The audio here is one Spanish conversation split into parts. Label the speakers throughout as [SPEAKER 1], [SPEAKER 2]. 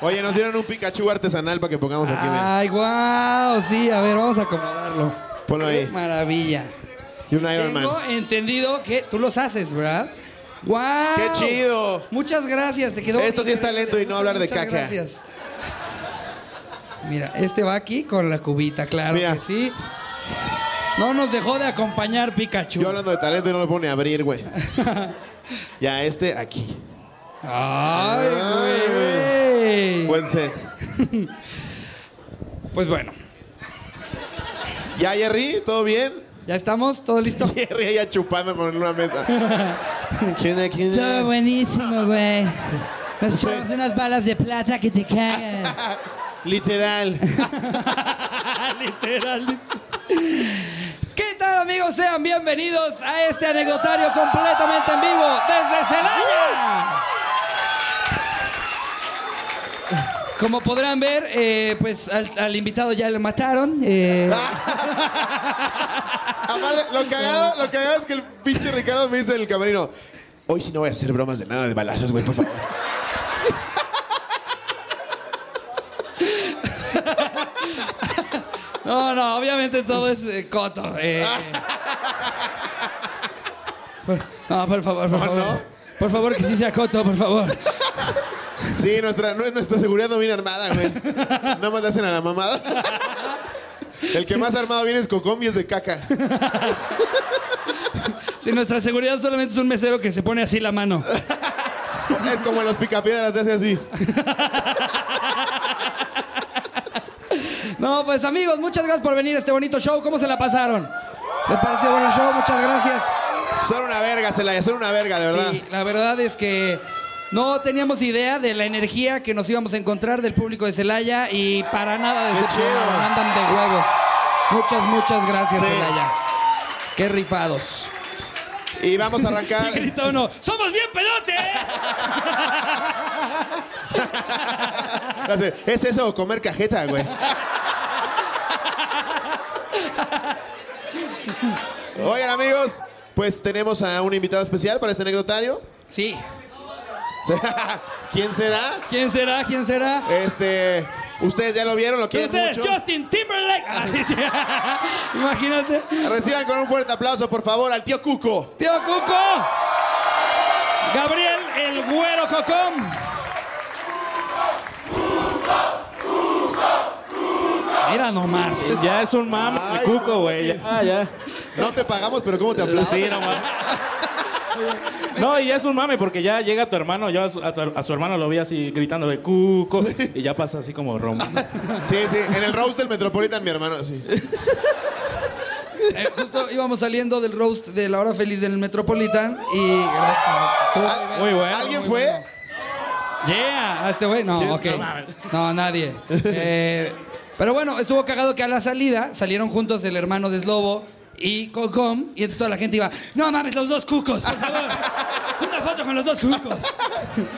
[SPEAKER 1] Oye, nos dieron un Pikachu artesanal para que pongamos aquí. mira.
[SPEAKER 2] Ay, wow, sí, a ver, vamos a acomodarlo.
[SPEAKER 1] Ponlo
[SPEAKER 2] Qué
[SPEAKER 1] ahí.
[SPEAKER 2] maravilla.
[SPEAKER 1] Y un Iron Man.
[SPEAKER 2] Tengo entendido que tú los haces, ¿verdad? ¡Wow!
[SPEAKER 1] ¡Qué chido!
[SPEAKER 2] Muchas gracias, te quedó.
[SPEAKER 1] Esto sí es
[SPEAKER 2] increíble.
[SPEAKER 1] talento y no
[SPEAKER 2] Muchas,
[SPEAKER 1] hablar de
[SPEAKER 2] muchas
[SPEAKER 1] caca.
[SPEAKER 2] Gracias. Mira, este va aquí con la cubita, claro
[SPEAKER 1] Mira.
[SPEAKER 2] que sí. No nos dejó de acompañar Pikachu.
[SPEAKER 1] Yo hablando de talento y no lo pone a abrir, güey. ya, este aquí. Ah.
[SPEAKER 2] Ay, güey.
[SPEAKER 1] Buen set.
[SPEAKER 2] Pues bueno,
[SPEAKER 1] ¿Ya, Jerry? ¿Todo bien?
[SPEAKER 2] ya estamos, todo listo.
[SPEAKER 1] Jerry allá chupando con una mesa. ¿Quién es? ¿Quién
[SPEAKER 2] Todo
[SPEAKER 1] es?
[SPEAKER 2] buenísimo, güey. Nos echamos unas balas de plata que te cagan.
[SPEAKER 1] Literal.
[SPEAKER 2] Literal. ¿Qué tal amigos? Sean bienvenidos a este anecdotario completamente en vivo desde Celaya. Como podrán ver, eh, pues al, al invitado ya lo mataron. eh,
[SPEAKER 1] Aparte, lo cagado, lo cagado es que el pinche Ricardo me dice en el camerino. Hoy sí no voy a hacer bromas de nada de balazos, güey, por favor.
[SPEAKER 2] No, no, obviamente todo es eh, coto. eh. Por- No, por favor,
[SPEAKER 1] ¿No,
[SPEAKER 2] por favor.
[SPEAKER 1] no?
[SPEAKER 2] Por favor, que sí sea coto, por favor.
[SPEAKER 1] Sí, nuestra, nu- nuestra seguridad no viene armada, güey. Nada más le hacen a la mamada. El que más armado viene es Cocom y es de caca.
[SPEAKER 2] Si nuestra seguridad solamente es un mesero que se pone así la mano.
[SPEAKER 1] Es como en los picapiedras, te hace así.
[SPEAKER 2] No, pues amigos, muchas gracias por venir a este bonito show. ¿Cómo se la pasaron? ¿Les pareció bueno el show? Muchas gracias.
[SPEAKER 1] Son una verga, Celaya, son una verga, de verdad.
[SPEAKER 2] Sí, la verdad es que no teníamos idea de la energía que nos íbamos a encontrar del público de Celaya y para nada decepcionaron.
[SPEAKER 1] chido.
[SPEAKER 2] Andan de huevos. Muchas, muchas gracias,
[SPEAKER 1] Sí.
[SPEAKER 2] Celaya. Qué rifados.
[SPEAKER 1] Y vamos a arrancar.
[SPEAKER 2] Y grita uno, ¡somos bien pelote!
[SPEAKER 1] Hace, Es eso, comer cajeta, güey. Oigan, amigos, pues tenemos a un invitado especial para este anecdotario.
[SPEAKER 2] Sí.
[SPEAKER 1] ¿Quién será?
[SPEAKER 2] ¿Quién será? ¿Quién será?
[SPEAKER 1] Este, ustedes ya lo vieron, lo quieren
[SPEAKER 2] Ustedes,
[SPEAKER 1] mucho.
[SPEAKER 2] Justin Timberlake. Ah, sí, sí. Imagínate.
[SPEAKER 1] Reciban con un fuerte aplauso, por favor, al tío Cuco.
[SPEAKER 2] Tío Cuco. Gabriel el Güero Cocom. Mira nomás.
[SPEAKER 3] Ya es un mame,
[SPEAKER 1] Ay,
[SPEAKER 3] cuco, güey. Ya, Ah, ya.
[SPEAKER 1] No te pagamos, pero ¿cómo te aplaudo?
[SPEAKER 3] Sí, no mames. No, y ya es un mame porque ya llega tu hermano, yo a su, a tu- a su hermano lo vi así gritándole cuco y ya pasa así como rombo.
[SPEAKER 1] Sí, sí, en el roast del Metropolitan, mi hermano, sí.
[SPEAKER 2] Eh, justo íbamos saliendo del roast de la hora feliz del Metropolitan y gracias. Estuvo muy bien.
[SPEAKER 3] Muy bueno.
[SPEAKER 1] Ah, ¿Alguien
[SPEAKER 2] muy
[SPEAKER 1] fue?
[SPEAKER 2] bueno. Yeah, a este güey no, ok. No, nadie. Eh, pero bueno, estuvo cagado que a la salida salieron juntos el hermano de Slobo y Cocom, y entonces toda la gente iba, no mames, los dos cucos, por favor. Una foto con los dos cucos.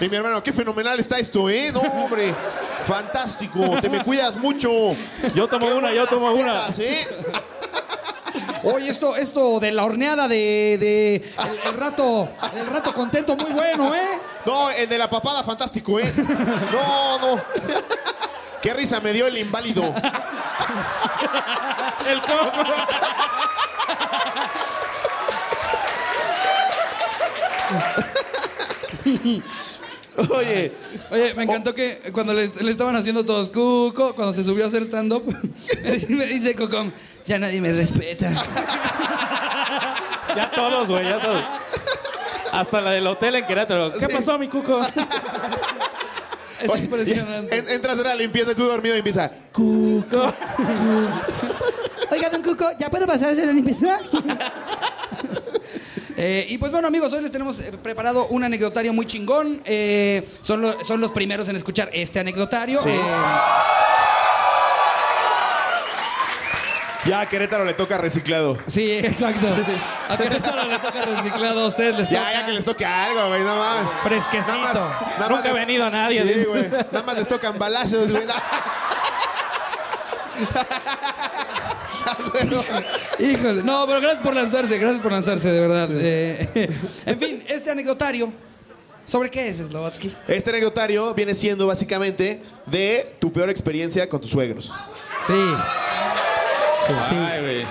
[SPEAKER 1] Y mi hermano, qué fenomenal está esto, ¿eh? No, hombre. Fantástico. Te me cuidas mucho.
[SPEAKER 3] Yo tomo
[SPEAKER 1] Qué
[SPEAKER 3] una, yo
[SPEAKER 1] buenas
[SPEAKER 3] tomo una.
[SPEAKER 1] tetas, ¿eh?
[SPEAKER 2] Oye, esto, esto de la horneada de, de el, el rato, el rato contento, muy bueno, ¿eh?
[SPEAKER 1] No, el de la papada, fantástico, ¿eh? No, no. Qué risa me dio el inválido.
[SPEAKER 3] El coco.
[SPEAKER 1] Oye,
[SPEAKER 2] Oye, me encantó que cuando le, le estaban haciendo todos cuco, cuando se subió a hacer stand-up, me dice Cocom, ya nadie me respeta.
[SPEAKER 3] Ya todos, güey, ya todos. Hasta la del hotel en Querétaro. ¿Qué pasó, mi cuco?
[SPEAKER 2] Es
[SPEAKER 1] oye,
[SPEAKER 2] impresionante.
[SPEAKER 1] en- entras a la limpieza y tú dormido y empieza.
[SPEAKER 3] Cuco.
[SPEAKER 2] Oiga, don Cuco, ¿ya puedo pasar a hacer la limpieza? Eh, y pues bueno amigos, hoy les tenemos eh, preparado un anecdotario muy chingón. Eh, son, lo- son los primeros en escuchar este anecdotario. Eh,
[SPEAKER 1] Ya a Querétaro le toca reciclado.
[SPEAKER 2] sí, exacto. A Querétaro este le toca reciclado, a ustedes les
[SPEAKER 1] Ya,
[SPEAKER 2] toca
[SPEAKER 1] ya que les toque algo, güey, no mames.
[SPEAKER 2] fresquecito.
[SPEAKER 1] Nada más, nada
[SPEAKER 3] Nunca
[SPEAKER 1] les-
[SPEAKER 3] ha venido nadie,
[SPEAKER 1] Sí,
[SPEAKER 3] dice.
[SPEAKER 1] güey. Nada más les tocan balazos, güey.
[SPEAKER 2] Híjole, no, pero gracias por lanzarse, gracias por lanzarse, de verdad. Eh, en fin, este anecdotario ¿Sobre qué es Slovatsky?
[SPEAKER 1] Este anecdotario viene siendo básicamente de tu peor experiencia con tus suegros.
[SPEAKER 2] Sí.
[SPEAKER 3] Ay, güey.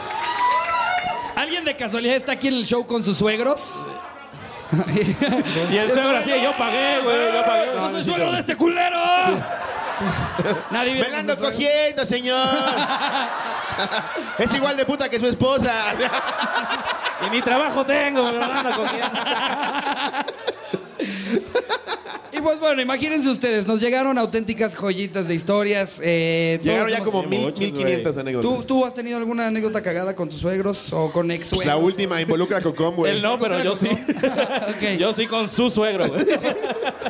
[SPEAKER 2] ¿Alguien de casualidad está aquí en el show con sus suegros?
[SPEAKER 3] Y el suegro así, yo pagué, güey, yo pagué.
[SPEAKER 2] ¡No soy suegro de este culero! Nadie viene
[SPEAKER 1] ¡Me la ando
[SPEAKER 2] con sus suegros.
[SPEAKER 1] cogiendo, señor! es igual de puta que su esposa.
[SPEAKER 3] Y ni trabajo tengo, me lo ando cogiendo.
[SPEAKER 2] Y pues bueno, imagínense ustedes, nos llegaron auténticas joyitas de historias. eh, todos
[SPEAKER 1] Llegaron ya
[SPEAKER 2] hemos-
[SPEAKER 1] como mil-
[SPEAKER 3] muchos,
[SPEAKER 1] 1500 anécdotas.
[SPEAKER 2] ¿Tú, ¿Tú has tenido alguna anécdota cagada con tus suegros o con ex
[SPEAKER 1] Pues la
[SPEAKER 2] suegros?
[SPEAKER 1] última involucra a Cocom,
[SPEAKER 3] Él
[SPEAKER 1] güey.
[SPEAKER 3] no, pero yo sí.
[SPEAKER 2] Ok.
[SPEAKER 3] Yo sí con su suegro, güey.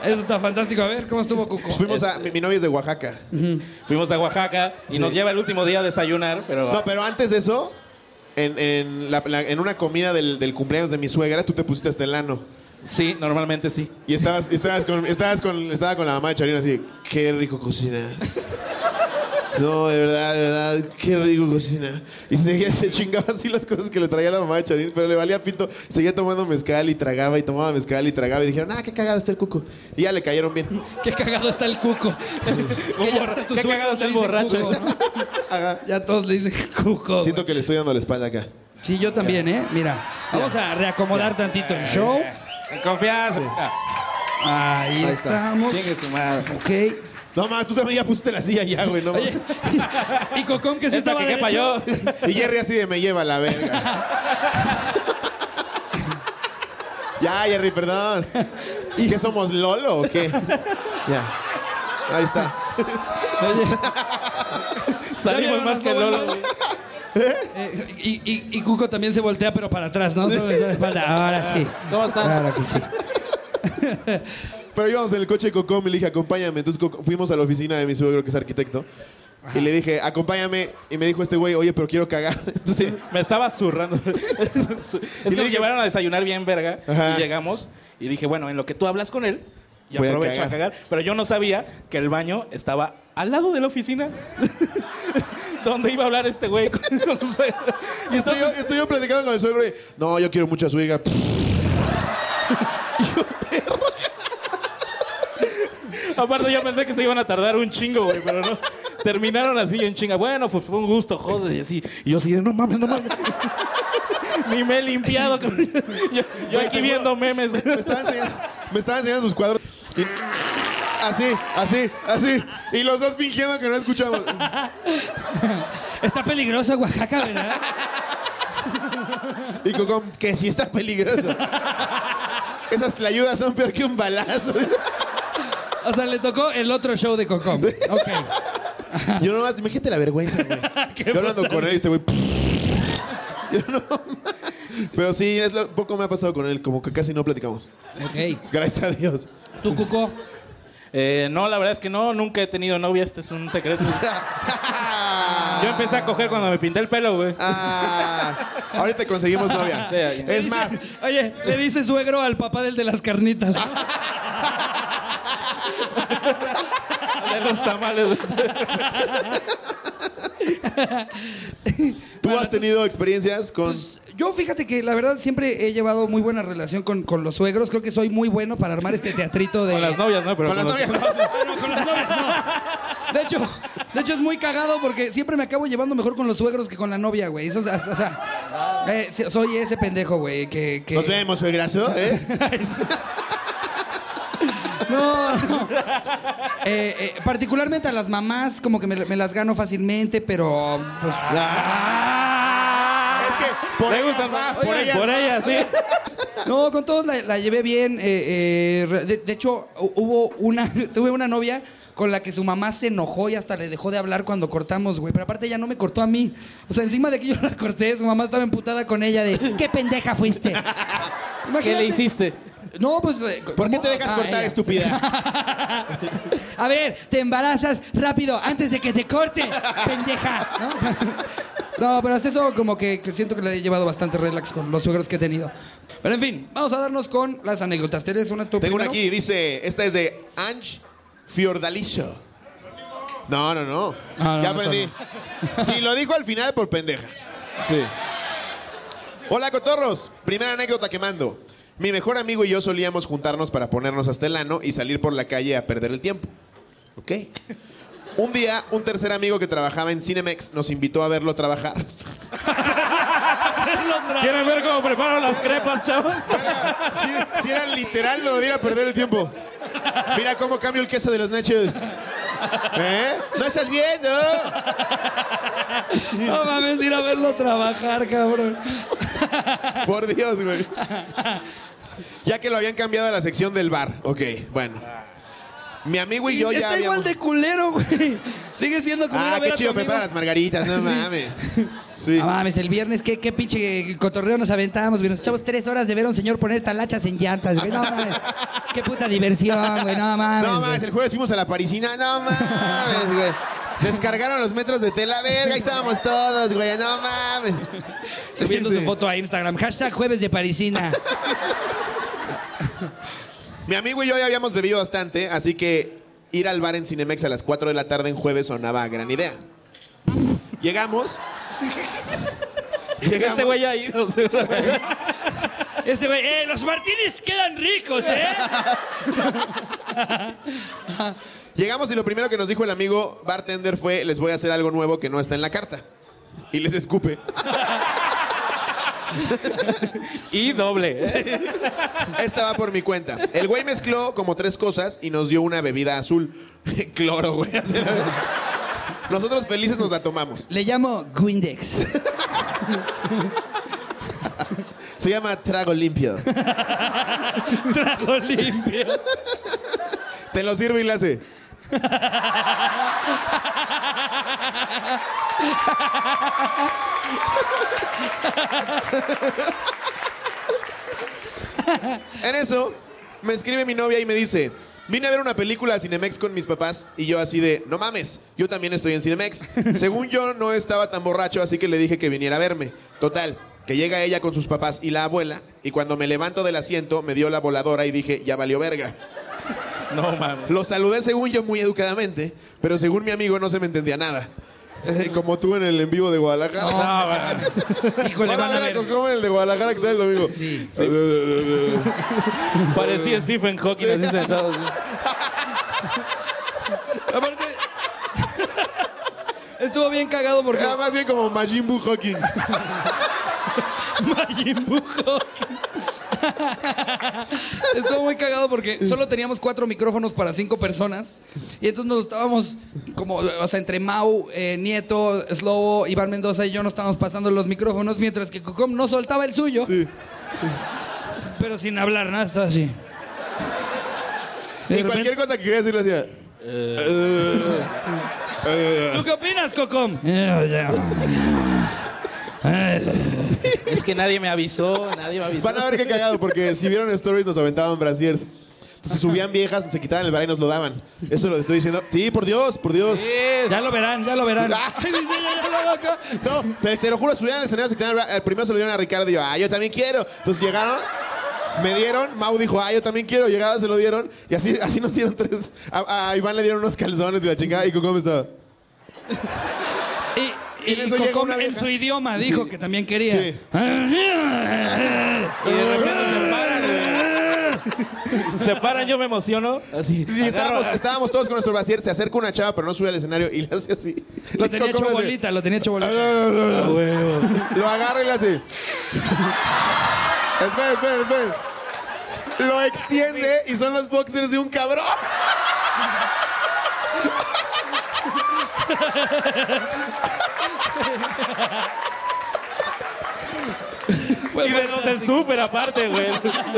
[SPEAKER 2] Eso está fantástico. A ver, ¿cómo estuvo Cuco?
[SPEAKER 1] Pues fuimos a. Mi, mi novia es de Oaxaca.
[SPEAKER 3] Fuimos a Oaxaca y nos lleva el último día a desayunar, pero...
[SPEAKER 1] No, pero antes de eso, en, en la- la- en una comida del, del cumpleaños de mi suegra, tú te pusiste hasta el ano.
[SPEAKER 3] Sí, normalmente sí.
[SPEAKER 1] Y estabas, estabas, con, estabas con, estaba con la mamá de Charino así, qué rico cocina. No, de verdad, de verdad, qué rico cocina. Y seguía, se chingaba así las cosas que le traía la mamá de Charín, pero le valía pito. Seguía tomando mezcal y tragaba y tomaba mezcal y tragaba. Y dijeron, ah, qué cagado está el cuco. Y ya le cayeron bien.
[SPEAKER 2] Qué cagado está el Cuco. que ya hasta tus
[SPEAKER 3] Qué
[SPEAKER 2] suegros
[SPEAKER 3] cagado está
[SPEAKER 2] le dicen
[SPEAKER 3] el borracho.
[SPEAKER 2] Cuco, ¿no?
[SPEAKER 1] Ajá.
[SPEAKER 2] Ya todos le dicen Cuco.
[SPEAKER 1] Siento que le estoy dando la espalda acá.
[SPEAKER 2] Sí, yo también, ¿eh? Mira, vamos a reacomodar tantito el show.
[SPEAKER 3] En confianza. Ah,
[SPEAKER 2] Ahí,
[SPEAKER 1] está.
[SPEAKER 2] estamos.
[SPEAKER 3] chingue su madre.
[SPEAKER 2] Ok.
[SPEAKER 1] No más, tú también ya pusiste la silla ya, güey, no mames.
[SPEAKER 2] Y Cocón que se
[SPEAKER 3] Es para
[SPEAKER 2] estaba
[SPEAKER 3] que quepa
[SPEAKER 2] derecho.
[SPEAKER 3] yo.
[SPEAKER 1] Y Jerry así de me lleva la verga. ya, Jerry, perdón. ¿Qué somos Lolo o qué? Ya. Ahí está.
[SPEAKER 2] Oye,
[SPEAKER 3] Salimos
[SPEAKER 2] vieron
[SPEAKER 3] más
[SPEAKER 2] las
[SPEAKER 3] que
[SPEAKER 2] novelas,
[SPEAKER 3] Lolo.
[SPEAKER 2] güey. eh, y, y- y Cuco también se voltea, pero para atrás, ¿no? Solo le da la espalda. Ahora sí.
[SPEAKER 3] ¿Cómo están?
[SPEAKER 2] Claro que sí.
[SPEAKER 1] Pero íbamos en el coche de Cocom y le dije, acompáñame. Entonces Cocom- fuimos a la oficina de mi suegro, que es arquitecto. Y le dije, acompáñame. Y me dijo este güey, oye, pero quiero cagar. Entonces,
[SPEAKER 3] Me estaba zurrando. es que
[SPEAKER 1] Y le
[SPEAKER 3] nos
[SPEAKER 1] dije-
[SPEAKER 3] llevaron a desayunar bien verga.
[SPEAKER 1] Ajá.
[SPEAKER 3] Y llegamos y dije, bueno, en lo que tú hablas con él, yo
[SPEAKER 1] Voy a
[SPEAKER 3] aprovecho a
[SPEAKER 1] cagar.
[SPEAKER 3] cagar. Pero yo no sabía que el baño estaba al lado de la oficina. donde iba a hablar este güey con, con su suegro.
[SPEAKER 1] y estoy yo, estoy yo platicando con el suegro y, no, yo quiero mucho a su hija.
[SPEAKER 3] Aparte, yo pensé que se iban a tardar un chingo, güey, pero no. Terminaron así en chinga. Bueno, pues fue un gusto, joder, y así. Y yo así, de, no mames, no mames. Ni me he limpiado. cabrón. Yo, yo
[SPEAKER 1] Güey,
[SPEAKER 3] aquí
[SPEAKER 1] te
[SPEAKER 3] viendo memes.
[SPEAKER 1] Me estaba enseñando, me estaba enseñando sus cuadros. Y- así, así, así. Y los dos fingiendo que no escuchamos.
[SPEAKER 2] Está peligroso Oaxaca, ¿verdad?
[SPEAKER 1] Y Cocom, que sí está peligroso. Esas tlayudas son peor que un balazo.
[SPEAKER 2] O sea, le tocó el otro show de Cocón. Ok.
[SPEAKER 1] Yo nomás, imagínate la vergüenza, güey. Yo hablando con él y este güey. Yo no. Pero sí, es lo poco me ha pasado con él, como que casi no platicamos.
[SPEAKER 2] Ok.
[SPEAKER 1] Gracias a Dios.
[SPEAKER 2] ¿Tú, Cuco?
[SPEAKER 3] Eh, no, la verdad es que no, nunca he tenido novia, este es un secreto. Yo empecé a coger cuando me pinté el pelo, güey.
[SPEAKER 1] Ah, ahorita conseguimos novia.
[SPEAKER 3] Ya, ya.
[SPEAKER 1] Es más,
[SPEAKER 2] Oye, le dice suegro al papá del de las carnitas.
[SPEAKER 3] De los tamales. güey.
[SPEAKER 1] ¿tú has tenido experiencias con
[SPEAKER 3] Pues,
[SPEAKER 2] Yo fíjate que la verdad siempre he llevado muy buena relación con, con los suegros. Creo que soy muy bueno para armar este teatrito de...
[SPEAKER 3] Con las novias, ¿no? Pero
[SPEAKER 1] con las
[SPEAKER 3] los-
[SPEAKER 1] novias?
[SPEAKER 2] Ah, no, con las novias no. De hecho, de hecho es muy cagado porque siempre me acabo llevando mejor con los suegros que con la novia, güey. Eso es hasta, o sea, eh, sí, soy ese pendejo, güey, que... que-
[SPEAKER 1] Nos vemos, suegrazo, ¿eh?
[SPEAKER 2] No, no. Eh, eh, particularmente a las mamás como que me, me las gano fácilmente, pero... Pues,
[SPEAKER 3] Ah,
[SPEAKER 1] Es que por
[SPEAKER 3] me
[SPEAKER 1] ellas
[SPEAKER 3] gustan
[SPEAKER 1] va,
[SPEAKER 3] más.
[SPEAKER 1] por
[SPEAKER 3] Por
[SPEAKER 1] ellas
[SPEAKER 3] ella, sí.
[SPEAKER 2] No, con todos la, la llevé bien. eh, eh, re- de, de hecho, hu- hubo una, tuve una novia con la que su mamá se enojó y hasta le dejó de hablar cuando cortamos, güey. Pero aparte ella no me cortó a mí. O sea, encima de que yo la corté, su mamá estaba emputada con ella de qué pendeja fuiste.
[SPEAKER 3] ¿Qué le
[SPEAKER 2] Imagínate.
[SPEAKER 3] hiciste?
[SPEAKER 2] No, pues. eh,
[SPEAKER 1] ¿Por qué
[SPEAKER 2] ¿cómo?
[SPEAKER 1] te dejas
[SPEAKER 2] Ah,
[SPEAKER 1] cortar,
[SPEAKER 2] ella.
[SPEAKER 1] estúpida?
[SPEAKER 2] A ver, te embarazas rápido antes de que te corte, pendeja. ¿no? O sea, no, pero hasta eso como que, que siento que le he llevado bastante relax con los suegros que he tenido. Pero en fin, vamos a darnos con las anécdotas. ¿Tienes una tú
[SPEAKER 1] Tengo una
[SPEAKER 2] primero?
[SPEAKER 1] aquí, dice, esta es de Ange Fiordaliso. No, no, no.
[SPEAKER 2] Ah, no,
[SPEAKER 1] ya
[SPEAKER 2] no,
[SPEAKER 1] aprendí. Si lo dijo al final, por pendeja. Sí. Hola, cotorros. Primera anécdota que mando. Mi mejor amigo y yo solíamos juntarnos para ponernos hasta el ano y salir por la calle a perder el tiempo. Ok. Un día, un tercer amigo que trabajaba en Cinemex nos invitó a verlo trabajar.
[SPEAKER 3] ¿Quieren ver cómo preparo las crepas, chavos?
[SPEAKER 1] Verga, Si, si era literal, no lo diera a perder el tiempo. Mira cómo cambio el queso de los nachos. ¿Eh? ¿No estás viendo?
[SPEAKER 2] No mames, ir a verlo trabajar, cabrón.
[SPEAKER 1] Por Dios, güey. Ya que lo habían cambiado a la sección del bar. Ok, bueno. Mi amigo y yo ya
[SPEAKER 2] Está igual
[SPEAKER 1] habíamos...
[SPEAKER 2] de culero, güey. Sigue siendo como ir
[SPEAKER 1] Ah,
[SPEAKER 2] a ver
[SPEAKER 1] qué
[SPEAKER 2] a tu
[SPEAKER 1] chido,
[SPEAKER 2] amigo. Ah,
[SPEAKER 1] prepara las margaritas, no mames. Sí.
[SPEAKER 2] No mames, el viernes, ¿qué, qué pinche cotorreo nos aventábamos, güey. Nos echamos tres horas de ver a un señor poner talachas en llantas, güey. No mames. Qué puta diversión, güey. No mames.
[SPEAKER 1] No
[SPEAKER 2] güey.
[SPEAKER 1] mames, el jueves fuimos a la parisina. No mames, güey. Descargaron los metros de tela, verga, ahí estábamos todos, güey, no mames.
[SPEAKER 2] Subiendo
[SPEAKER 1] Sí,
[SPEAKER 2] su
[SPEAKER 1] sí.
[SPEAKER 2] foto a Instagram. Hashtag jueves de parisina.
[SPEAKER 1] Mi amigo y yo ya habíamos bebido bastante, así que ir al bar en Cinemex a las 4 de la tarde en jueves sonaba a gran idea. Llegamos. Llegamos.
[SPEAKER 3] Este güey ya ha ido, seguramente.
[SPEAKER 2] Este güey, eh, los martines quedan ricos, ¿eh?
[SPEAKER 1] Llegamos y lo primero que nos dijo el amigo bartender fue, les voy a hacer algo nuevo que no está en la carta. Y les escupe.
[SPEAKER 3] Y doble. ¿eh?
[SPEAKER 1] Esta va por mi cuenta. El güey mezcló como tres cosas y nos dio una bebida azul. Cloro, güey. Nosotros felices nos la tomamos.
[SPEAKER 2] Le llamo Windex.
[SPEAKER 1] Se llama trago limpio.
[SPEAKER 2] Trago limpio.
[SPEAKER 1] Te lo sirve y le hace. En eso, me escribe mi novia y me dice, vine a ver una película a Cinemex con mis papás y yo así de, no mames, yo también estoy en Cinemex. Según yo, no estaba tan borracho, así que le dije que viniera a verme. Total, que llega ella con sus papás y la abuela, y cuando me levanto del asiento, me dio la voladora y dije, ya valió verga.
[SPEAKER 3] No mames.
[SPEAKER 1] Lo saludé según yo muy educadamente, pero según mi amigo no se me entendía nada. Eh, Como tú en el en vivo de Guadalajara.
[SPEAKER 2] No, Híjole,
[SPEAKER 1] Van a ver a Coco en el de Guadalajara que sale el domingo.
[SPEAKER 2] Sí.
[SPEAKER 3] Parecía Stephen Hawking así sentado. así.
[SPEAKER 2] Aparte, estuvo bien cagado porque.
[SPEAKER 1] Era más bien como Majin Buu Hawking.
[SPEAKER 2] Majin Buu Hawking. Estuvo muy cagado porque solo teníamos cuatro micrófonos para cinco personas. Y entonces nos estábamos como, o sea, entre Mau, eh, Nieto, Slobo, Iván Mendoza y yo nos estábamos pasando los micrófonos mientras que Cocom no soltaba el suyo.
[SPEAKER 1] Sí.
[SPEAKER 2] Pero sin hablar nada, estaba así. De
[SPEAKER 1] Y cualquier cosa que quería decir le hacía. Eh, eh.
[SPEAKER 2] ¿Tú qué opinas, Cocom? Eh,
[SPEAKER 3] Es que nadie me avisó, nadie me avisó.
[SPEAKER 1] Van a ver qué cagado, porque si vieron stories nos aventaban brasiers. Entonces subían viejas, se quitaban el bar y nos lo daban. Eso lo estoy diciendo. Sí, por Dios, por Dios.
[SPEAKER 2] Ya lo verán, ya lo verán.
[SPEAKER 1] Ah.
[SPEAKER 2] Sí, sí, ya, ya lo veo acá.
[SPEAKER 1] No, te, te lo juro, subieron al escenario, se quitaron el bra- el primero se lo dieron a Ricardo y yo, ah, yo también quiero. Entonces llegaron, me dieron, Mau dijo, ah, yo también quiero, llegaron, se lo dieron, y así, así nos dieron tres. A, a Iván le dieron unos calzones y la chingada, y Coco me estaba.
[SPEAKER 2] Y,
[SPEAKER 1] Y en
[SPEAKER 2] y
[SPEAKER 1] eso llega
[SPEAKER 2] Cocom
[SPEAKER 1] una
[SPEAKER 2] en
[SPEAKER 1] vieja.
[SPEAKER 2] su idioma dijo que también quería.
[SPEAKER 1] Sí.
[SPEAKER 3] Y de repente se paran, güey. Se paran, yo me emociono. Así.
[SPEAKER 1] Y estábamos,
[SPEAKER 3] Agarro-
[SPEAKER 1] estábamos todos con nuestro brasier, se acerca una chava, pero no sube al escenario, y le hace así.
[SPEAKER 2] Lo
[SPEAKER 1] Y
[SPEAKER 2] tenía
[SPEAKER 1] Coco
[SPEAKER 2] hecho
[SPEAKER 1] le hace,
[SPEAKER 2] bolita, lo tenía hecho
[SPEAKER 1] "Ah,
[SPEAKER 2] bolita.
[SPEAKER 1] ah, ah, ah".
[SPEAKER 3] Huevo.
[SPEAKER 1] Lo agarra y le hace. esperen, esperen, esperen. Lo extiende y son los boxers de un cabrón.
[SPEAKER 2] Fue
[SPEAKER 3] Y de los del súper aparte, güey.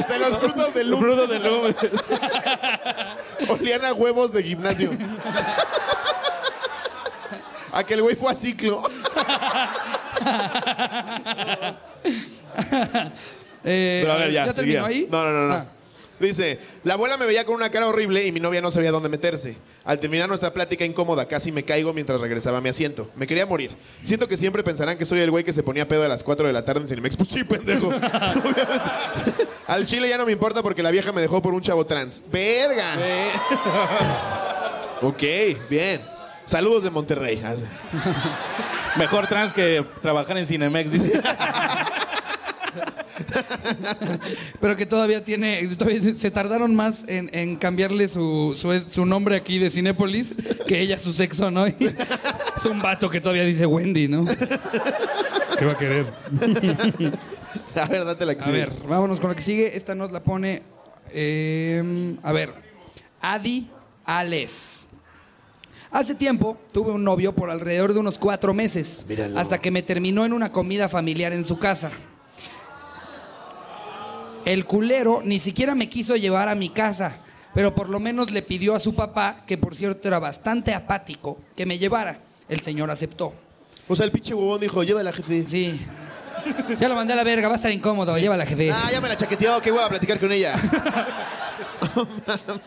[SPEAKER 1] De los frutos del
[SPEAKER 3] Los
[SPEAKER 1] lunes.
[SPEAKER 3] frutos del lunes.
[SPEAKER 1] Olían a huevos de gimnasio. A que el güey fue a ciclo.
[SPEAKER 2] Eh,
[SPEAKER 1] Pero a ver, ya,
[SPEAKER 2] ¿Ya
[SPEAKER 1] seguía.
[SPEAKER 2] terminó ahí?
[SPEAKER 1] No, no, no. no.
[SPEAKER 2] Ah.
[SPEAKER 1] Dice, la abuela me veía con una cara horrible y mi novia no sabía dónde meterse. Al terminar nuestra plática incómoda, casi me caigo mientras regresaba a mi asiento. Me quería morir. Siento que siempre pensarán que soy el güey que se ponía pedo a las 4 de la tarde en Cinemex. Pues sí, pendejo. Obviamente. Al chile ya no me importa porque la vieja me dejó por un chavo trans. ¡Verga! ok, bien. Saludos de Monterrey.
[SPEAKER 3] Mejor trans que trabajar en Cinemex. dice.
[SPEAKER 2] Pero que todavía tiene. todavía se tardaron más en, en cambiarle su, su, su nombre aquí de Cinépolis que ella su sexo, ¿no? Y es un vato que todavía dice Wendy, ¿no?
[SPEAKER 4] ¿Qué va a querer?
[SPEAKER 1] A ver, date la que
[SPEAKER 2] A
[SPEAKER 1] sigue.
[SPEAKER 2] ver, vámonos con la que sigue. Esta nos la pone. eh, a ver. Adi Ales. Hace tiempo tuve un novio por alrededor de unos cuatro meses.
[SPEAKER 1] Míralo.
[SPEAKER 2] Hasta que me terminó en una comida familiar en su casa. El culero ni siquiera me quiso llevar a mi casa, pero por lo menos le pidió a su papá, que por cierto era bastante apático, que me llevara. El señor aceptó.
[SPEAKER 1] O sea, el pinche huevón dijo, llévala, jefe.
[SPEAKER 2] Sí. Ya lo mandé a la verga, va a estar incómodo, llévala, jefe.
[SPEAKER 1] Ah, ya me la chaqueteó, qué hueva platicar con ella.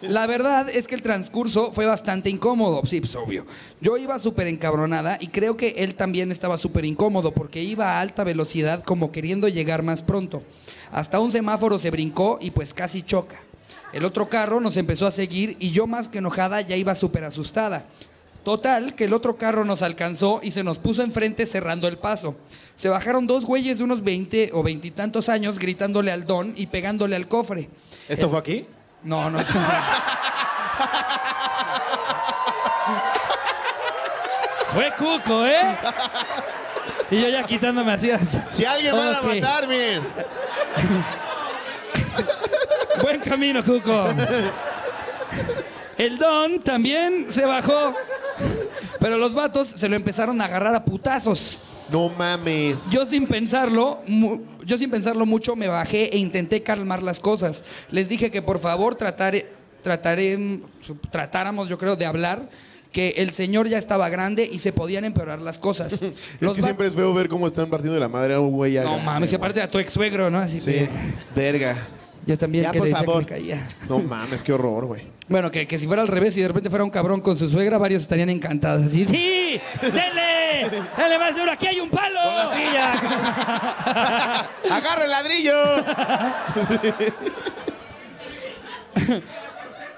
[SPEAKER 2] La verdad es que el transcurso fue bastante incómodo, sí, pues obvio. Yo iba súper encabronada y creo que él también estaba súper incómodo porque iba a alta velocidad como queriendo llegar más pronto. Hasta un semáforo se brincó y pues casi choca. El otro carro nos empezó a seguir y yo más que enojada ya iba súper asustada. Total, que el otro carro nos alcanzó y se nos puso enfrente cerrando el paso. Se bajaron dos güeyes de unos 20 o veintitantos años gritándole al don y pegándole al cofre.
[SPEAKER 3] ¿Esto fue aquí?
[SPEAKER 2] No, no.
[SPEAKER 4] Fue Cuco, ¿eh?
[SPEAKER 2] Y yo ya quitándome así.
[SPEAKER 1] Si alguien va a
[SPEAKER 2] Ok.
[SPEAKER 1] matar, miren.
[SPEAKER 2] Buen camino, Cuco. El don también se bajó. Pero los vatos se lo empezaron a agarrar a putazos.
[SPEAKER 1] No mames.
[SPEAKER 2] Yo sin pensarlo, mu- yo sin pensarlo mucho me bajé e intenté calmar las cosas. Les dije que por favor tratare- trataré- tratáramos, yo creo, de hablar, que el señor ya estaba grande y se podían empeorar las cosas.
[SPEAKER 1] Es
[SPEAKER 2] Los
[SPEAKER 1] que
[SPEAKER 2] va-
[SPEAKER 1] siempre es feo ver cómo están partiendo de la madre a un güey.
[SPEAKER 2] No mames, y aparte a tu ex suegro, ¿no? Así
[SPEAKER 1] Sí,
[SPEAKER 2] que
[SPEAKER 1] verga.
[SPEAKER 2] yo también
[SPEAKER 1] Ya,
[SPEAKER 2] que le
[SPEAKER 1] por
[SPEAKER 2] decía que me
[SPEAKER 1] favor.
[SPEAKER 2] caía.
[SPEAKER 1] No mames, qué horror, güey.
[SPEAKER 2] Bueno, que, que si fuera al revés y de repente fuera un cabrón con su suegra, varios estarían encantados. Así, ¡Sí! ¡Dele! ¡Dele más duro! ¡Aquí hay un palo!
[SPEAKER 1] ¡Agarra el ladrillo!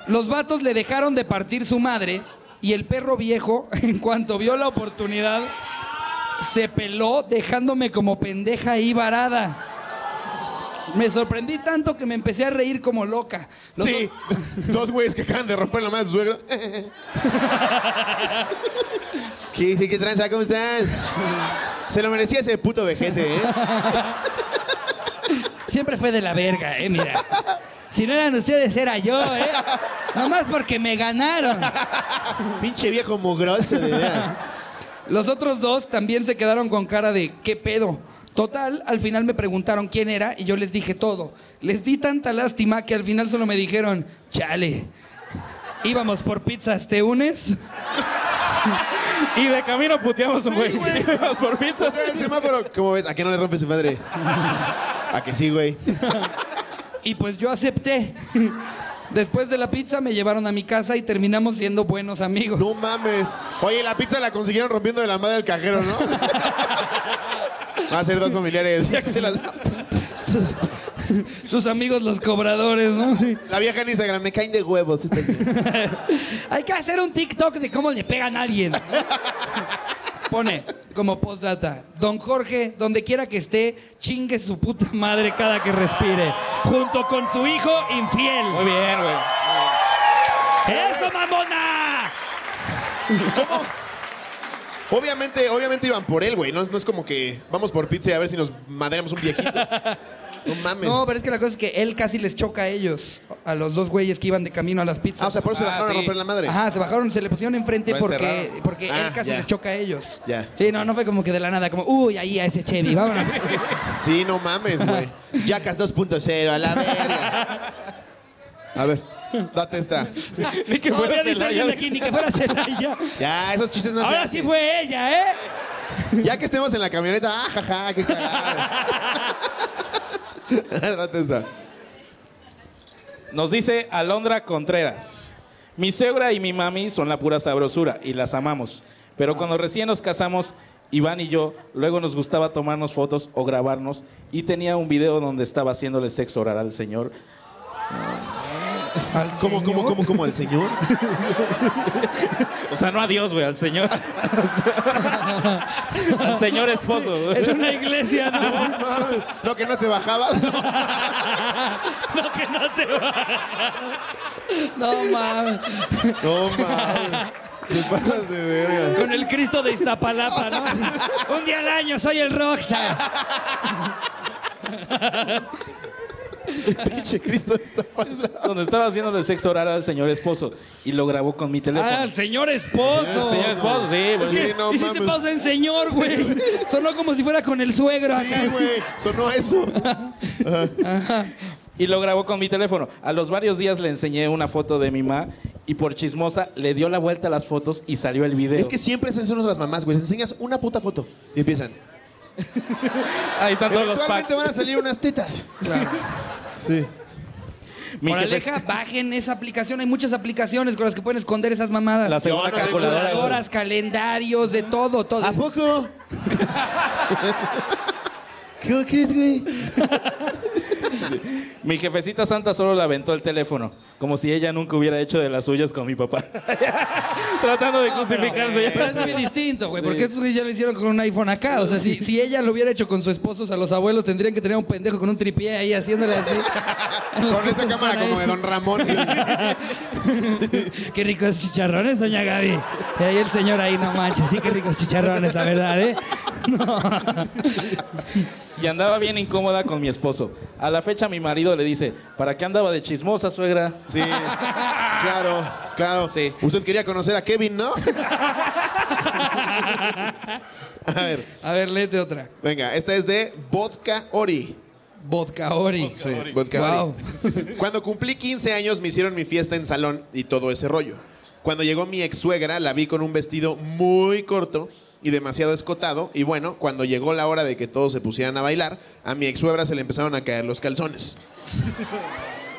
[SPEAKER 2] Los vatos le dejaron de partir su madre y el perro viejo, en cuanto vio la oportunidad, se peló dejándome como pendeja ahí varada. Me sorprendí tanto que me empecé a reír como loca. Los-
[SPEAKER 1] sí, dos güeyes que acaban de romper la madre de su suegro. ¿Qué, qué, qué tranza? ¿Cómo estás? Se lo merecía ese puto vejete, ¿eh?
[SPEAKER 2] Siempre fue de la verga, eh, mira. Si no eran ustedes, era yo, eh. Nomás porque me ganaron.
[SPEAKER 1] Pinche viejo mugroso, de verdad.
[SPEAKER 2] Los otros dos también se quedaron con cara de ¿qué pedo? Total, al final me preguntaron quién era y yo les dije todo. Les di tanta lástima que al final solo me dijeron, chale, íbamos por pizzas, ¿te unes?
[SPEAKER 3] Y de camino puteamos un güey. Íbamos por
[SPEAKER 1] O
[SPEAKER 3] pizzas.
[SPEAKER 1] sea, el semáforo, ¿cómo ves? ¿A qué no le rompe su madre? ¿A que sí, güey?
[SPEAKER 2] Y pues yo acepté. Después de la pizza me llevaron a mi casa y terminamos siendo buenos amigos.
[SPEAKER 1] No mames. Oye, la pizza la consiguieron rompiendo de la madre del cajero, ¿no? Va a ser dos familiares. Ya que se las-
[SPEAKER 2] Sus, sus amigos los cobradores, ¿no? Sí.
[SPEAKER 1] La vieja en Instagram me caen de huevos. esta-
[SPEAKER 2] Hay que hacer un TikTok de cómo le pegan a alguien. Pone como postdata, don Jorge, donde quiera que esté, chingue su puta madre cada que respire, junto con su hijo infiel.
[SPEAKER 3] Muy bien, güey.
[SPEAKER 2] ¡Eso, mamona!
[SPEAKER 1] Obviamente, obviamente iban por él, güey. No, es- no es como que vamos por pizza y a ver si nos madreamos un viejito. No mames.
[SPEAKER 2] No, pero es que la cosa es que él casi les choca a ellos, a los dos güeyes que iban de camino a las pizzas.
[SPEAKER 1] Ah, o sea, por eso
[SPEAKER 3] Ah,
[SPEAKER 1] bajaron
[SPEAKER 3] sí.
[SPEAKER 1] a romper la madre.
[SPEAKER 2] Ajá, se bajaron, se le pusieron enfrente
[SPEAKER 3] Lo
[SPEAKER 2] porque,
[SPEAKER 3] encerraron.
[SPEAKER 2] porque
[SPEAKER 1] Ah,
[SPEAKER 2] él casi
[SPEAKER 1] ya.
[SPEAKER 2] les choca a ellos.
[SPEAKER 1] Ya.
[SPEAKER 2] Sí, no, no fue como que de la nada, como, uy, ahí a ese Chevy, vámonos.
[SPEAKER 1] Sí, no mames, güey. Jackas 2.0, a la verga. A ver, date esta.
[SPEAKER 3] Ni que fuera
[SPEAKER 2] Todavía dice
[SPEAKER 3] Celaya.
[SPEAKER 2] alguien de aquí, ni que fuera Celaya.
[SPEAKER 1] Ya, esos chistes no se
[SPEAKER 2] Ahora sí
[SPEAKER 1] hacen.
[SPEAKER 2] fue ella, ¿eh?
[SPEAKER 1] Ya que estemos en la camioneta, ah, jaja, qué cagada. A ver, date esta.
[SPEAKER 3] Nos dice Alondra Contreras. Mi suegra y mi mami son la pura sabrosura y las amamos. Pero
[SPEAKER 2] Ah.
[SPEAKER 3] cuando recién nos casamos, Iván y yo, luego nos gustaba tomarnos fotos o grabarnos y tenía un video donde estaba haciéndole sexo oral al señor.
[SPEAKER 2] Al
[SPEAKER 1] ¿Cómo, cómo,
[SPEAKER 2] señor.
[SPEAKER 1] cómo, cómo? ¿Al señor?
[SPEAKER 3] O sea, no a Dios, güey, al señor. al señor esposo. güey.
[SPEAKER 2] En una iglesia, no.
[SPEAKER 1] No, que no te bajabas.
[SPEAKER 4] No, que no te va.
[SPEAKER 2] No mames.
[SPEAKER 1] No, mames. Te pasas de verga.
[SPEAKER 2] Con el Cristo de Iztapalapa, ¿no? Un día al año soy el Roxa.
[SPEAKER 1] Pinche Cristo está falando.
[SPEAKER 3] Donde estaba haciéndole sexo oral al señor esposo. Y lo grabó con mi teléfono.
[SPEAKER 2] Ah, el señor esposo.
[SPEAKER 3] señor esposo, sí.
[SPEAKER 2] Es
[SPEAKER 3] güey.
[SPEAKER 2] que
[SPEAKER 1] Sí, no
[SPEAKER 2] hiciste
[SPEAKER 1] mames.
[SPEAKER 2] pausa en señor, güey. Sonó como si fuera con el suegro acá.
[SPEAKER 1] Sí, güey. Sonó eso.
[SPEAKER 3] Y lo grabó con mi teléfono. A los varios días le enseñé una foto de mi mamá y por chismosa le dio la vuelta a las fotos y salió el video.
[SPEAKER 1] Es que siempre son eso las mamás, güey. Les enseñas una puta foto y empiezan.
[SPEAKER 3] Ahí están todos los packs.
[SPEAKER 1] Eventualmente van a salir unas tetas.
[SPEAKER 2] Claro.
[SPEAKER 1] Sí.
[SPEAKER 3] Mi jefe-
[SPEAKER 2] Moraleja, bajen esa aplicación. Hay muchas aplicaciones con las que pueden esconder esas mamadas.
[SPEAKER 3] la segunda
[SPEAKER 1] Yo no
[SPEAKER 3] calculadora.
[SPEAKER 1] tengo
[SPEAKER 3] güey.
[SPEAKER 2] Calculadoras, calendarios, de todo, todo.
[SPEAKER 1] ¿A poco? ¿Qué crees, güey?
[SPEAKER 3] Mi jefecita santa solo le aventó el teléfono, como si ella nunca hubiera hecho de las suyas con mi papá. Tratando de justificarse.
[SPEAKER 2] Eh, Pero es muy distinto, güey, porque estos güeyes ya lo hicieron con un iPhone acá. O sea, si, si ella lo hubiera hecho con su esposo, o sea, los abuelos tendrían que tener un pendejo con un tripié ahí haciéndole así.
[SPEAKER 1] Con esta cámara como de Don Ramón.
[SPEAKER 2] Qué ricos chicharrones, doña Gaby. Y ahí el señor ahí, no manches, sí, qué ricos chicharrones, la verdad, ¿eh? No.
[SPEAKER 3] Y andaba bien incómoda con mi esposo. A la fecha mi marido le dice, ¿para qué andaba de chismosa, suegra?
[SPEAKER 1] Sí. Claro, claro.
[SPEAKER 3] Sí.
[SPEAKER 1] Usted quería conocer a Kevin, ¿no? A ver,
[SPEAKER 2] A ver, léete otra.
[SPEAKER 1] venga, esta es de Vodka Ori.
[SPEAKER 2] Vodka Ori.
[SPEAKER 1] Sí, vodka
[SPEAKER 2] Wow.
[SPEAKER 1] Ori. Cuando cumplí 15 años me hicieron mi fiesta en salón y todo ese rollo. Cuando llegó mi ex suegra la vi con un vestido muy corto y demasiado escotado y bueno, cuando llegó la hora de que todos se pusieran a bailar, a mi ex suegra se le empezaron a caer los calzones.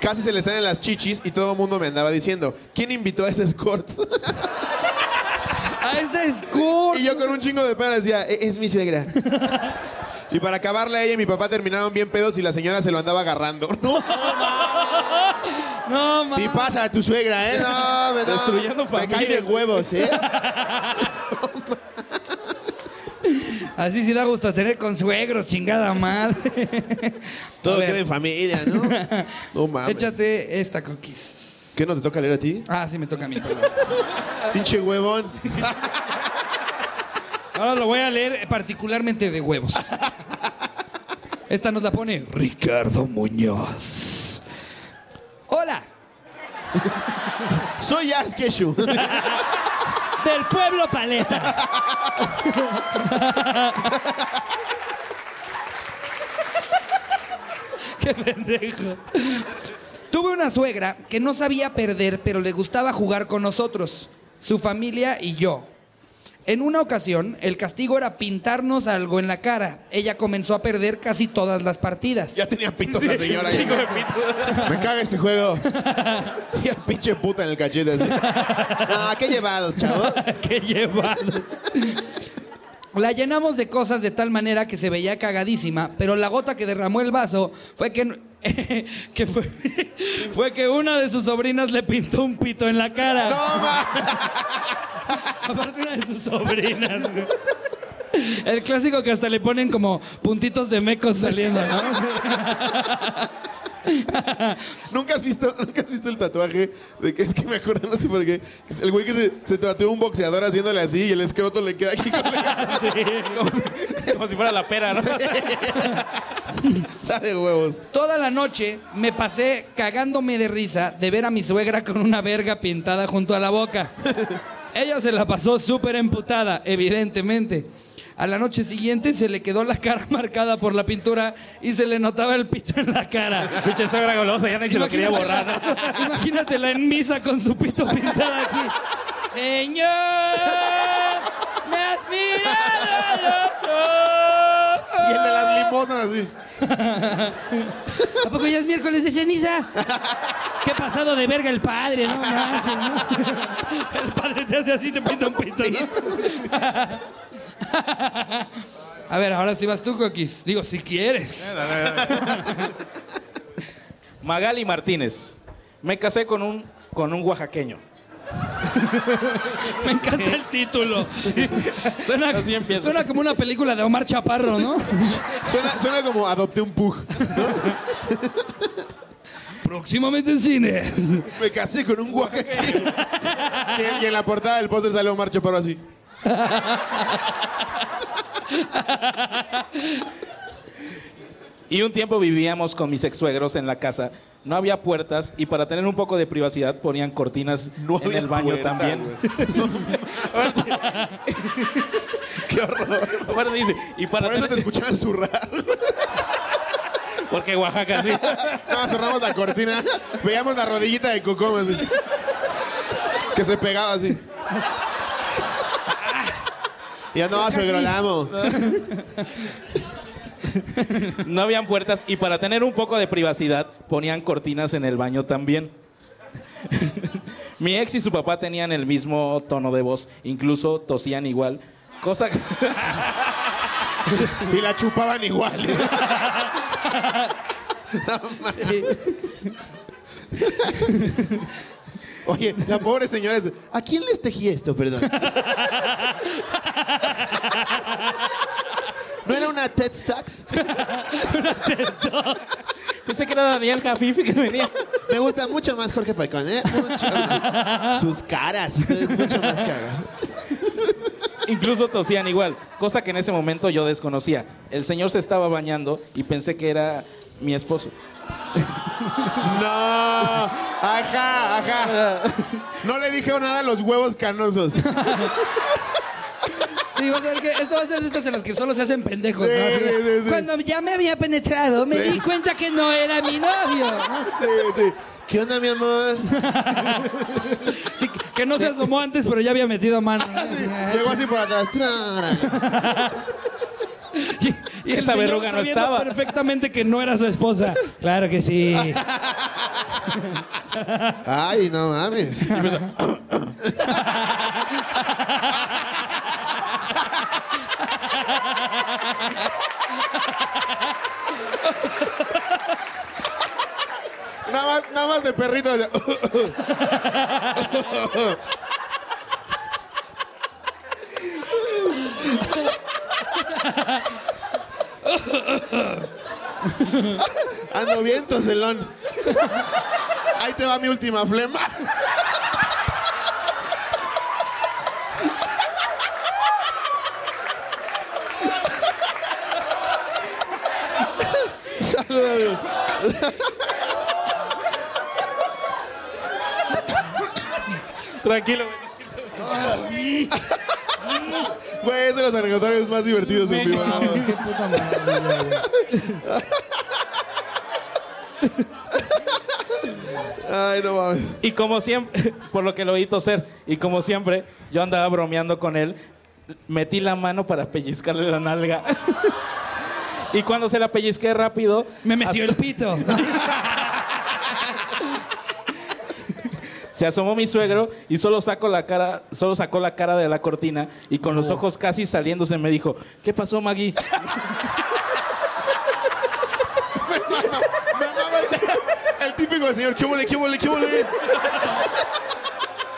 [SPEAKER 1] Casi se le salen las chichis y todo el mundo me andaba diciendo, ¿quién invitó a ese escort?
[SPEAKER 2] ¡Ah, ese es cool!
[SPEAKER 1] Y yo con un chingo de pena decía, "E- es mi suegra. Y para acabarla, ella y mi papá terminaron bien pedos y la señora se lo andaba agarrando. No,
[SPEAKER 2] No, mames.
[SPEAKER 1] Ti pasa a tu suegra, ¿eh? No, me, no.
[SPEAKER 3] Destruyendo
[SPEAKER 1] Me cae de
[SPEAKER 3] familias.
[SPEAKER 1] huevos, ¿eh?
[SPEAKER 2] Así sí da gusto tener consuegros, chingada madre. A
[SPEAKER 1] Todo
[SPEAKER 2] ver,
[SPEAKER 1] queda en familia, ¿no? No mames.
[SPEAKER 2] Échate esta, Coquis.
[SPEAKER 1] ¿Qué no te toca leer a ti?
[SPEAKER 2] Ah, sí, me toca a mí, perdón.
[SPEAKER 1] Pinche huevón.
[SPEAKER 2] Ahora lo voy a leer particularmente de huevos. Esta nos la pone Ricardo Muñoz. Hola,
[SPEAKER 1] Soy Askeshu.
[SPEAKER 2] del pueblo Paleta. Qué pendejo. Tuve una suegra que no sabía perder, pero le gustaba jugar con nosotros, su familia y yo. En una ocasión, el castigo era pintarnos algo en la cara. Ella comenzó a perder casi todas las partidas.
[SPEAKER 1] Ya tenía pito la señora.
[SPEAKER 3] Chingo
[SPEAKER 1] ya.
[SPEAKER 3] de pito.
[SPEAKER 1] Me caga ese juego. Y a pinche puta en el cachete. Así. Ah, qué llevado, chavos.
[SPEAKER 4] ¿Qué llevas?
[SPEAKER 2] La llenamos de cosas de tal manera que se veía cagadísima, pero la gota que derramó el vaso fue que, que fue, fue que una de sus sobrinas le pintó un pito en la cara.
[SPEAKER 1] No mames.
[SPEAKER 2] Aparte una de sus
[SPEAKER 4] Sobrinas, güey.
[SPEAKER 2] El clásico que hasta le ponen como puntitos de mecos saliendo, ¿no?
[SPEAKER 1] ¿Nunca has, visto, ¿Nunca has visto el tatuaje de que es que me acuerdo, no sé por qué? El güey que se, se tatuó un boxeador haciéndole así y el escroto le queda aquí. con la-
[SPEAKER 3] Como si- como si fuera la pera, ¿no?
[SPEAKER 1] Está de huevos.
[SPEAKER 2] Toda la noche me pasé cagándome de risa de ver a mi suegra con una verga pintada junto a la boca. Ella se la pasó súper emputada, evidentemente. A la noche siguiente se le quedó la cara marcada por la pintura y se le notaba el pito en la cara.
[SPEAKER 3] Pinche suegra golosa, ya ni se lo quería borrar. ¿no?
[SPEAKER 2] Imagínatela en misa con su pito pintado aquí. Señor, me has mirado a los ojos.
[SPEAKER 1] Y el de las limosnas así.
[SPEAKER 2] ¿A poco ya es miércoles de ceniza? Qué pasado de verga el padre, no manches, ¿no? El padre te hace así, te pinta un pito, ¿no? A ver, ahora sí vas tú, Coquis. Digo, si quieres.
[SPEAKER 3] Magali Martínez. Me casé con un, con un oaxaqueño.
[SPEAKER 2] Me encanta el título. Suena,
[SPEAKER 3] Así empieza.
[SPEAKER 2] suena como una película de Omar Chaparro, ¿no?
[SPEAKER 1] Suena, suena como adopté un pug.
[SPEAKER 2] Próximamente en cine.
[SPEAKER 1] Me casé con un oaxaqueño. y, en- y en la portada del póster sale Omar Chaparro así.
[SPEAKER 3] Y un tiempo vivíamos con mis ex suegros en la casa. No había puertas y para tener un poco de privacidad ponían cortinas
[SPEAKER 1] No
[SPEAKER 3] en
[SPEAKER 1] había
[SPEAKER 3] el baño
[SPEAKER 1] puerta,
[SPEAKER 3] también.
[SPEAKER 1] güey. Qué horror.
[SPEAKER 3] Aparte dice, y para
[SPEAKER 1] Por eso
[SPEAKER 3] tener-
[SPEAKER 1] te escuchaban zurrar.
[SPEAKER 3] porque Oaxaca sí.
[SPEAKER 1] No, cerramos la cortina. Veíamos la rodillita de Cocom así. Que se pegaba así. Y Ya no, suegro, la amo.
[SPEAKER 3] No habían puertas y para tener un poco de privacidad ponían cortinas en el baño también. Mi ex y su papá tenían el mismo tono de voz, incluso tosían igual, cosa que-
[SPEAKER 1] Y la chupaban igual. Oye, la pobre señora es. ¿A quién les tejí esto, perdón? ¿No era una TED Stacks?
[SPEAKER 3] pensé que era Daniel Jafif que venía.
[SPEAKER 1] Me gusta mucho más Jorge Falcón, ¿eh? Mucho más. Sus caras, es mucho más caga.
[SPEAKER 3] Incluso tosían igual, cosa que en ese momento yo desconocía. El señor se estaba bañando y pensé que era mi esposo.
[SPEAKER 1] No, ajá, ajá. No le dijeron nada a los huevos canosos.
[SPEAKER 2] Sí, vas a ver que esto va a ser de estas en las que solo se hacen pendejos. ¿no?
[SPEAKER 1] Sí, sí, sí.
[SPEAKER 2] Cuando ya me había penetrado, me
[SPEAKER 1] Sí.
[SPEAKER 2] di cuenta que no era mi novio. ¿no?
[SPEAKER 1] Sí, sí. ¿Qué onda, mi amor?
[SPEAKER 2] Sí, que- que no se asomó antes, pero ya había metido mano.
[SPEAKER 1] Ah, Llegó así por atrás. Tra-
[SPEAKER 2] Y, y el
[SPEAKER 3] Esa
[SPEAKER 2] señor
[SPEAKER 3] verruga no
[SPEAKER 2] sabiendo
[SPEAKER 3] estaba.
[SPEAKER 2] perfectamente que no era su esposa. Claro que sí.
[SPEAKER 1] Ah, Ay, no mames. Nada más, nada más de perrito. o sea, Ando bien, toselón. Ahí te va mi última flema. Salúdame.
[SPEAKER 3] Tranquilo, güey.
[SPEAKER 1] Güey, es de los anecdotarios más divertidos en vivo.
[SPEAKER 2] No, mames, qué puta maravilla, güey.
[SPEAKER 1] Ay, no mames.
[SPEAKER 3] Y como siempre, por lo que lo oí toser, y como siempre, yo andaba bromeando con él, metí la mano para pellizcarle la nalga. Y cuando se la pellizqué rápido,
[SPEAKER 2] Me metió el pito.
[SPEAKER 3] se asomó mi suegro y solo sacó la cara, solo sacó la cara de la cortina y con los ojos casi saliéndose me dijo, "¿Qué pasó, Maggie?"
[SPEAKER 1] Me mama el- El típico señor, ¿qué huele, qué huele, qué huele?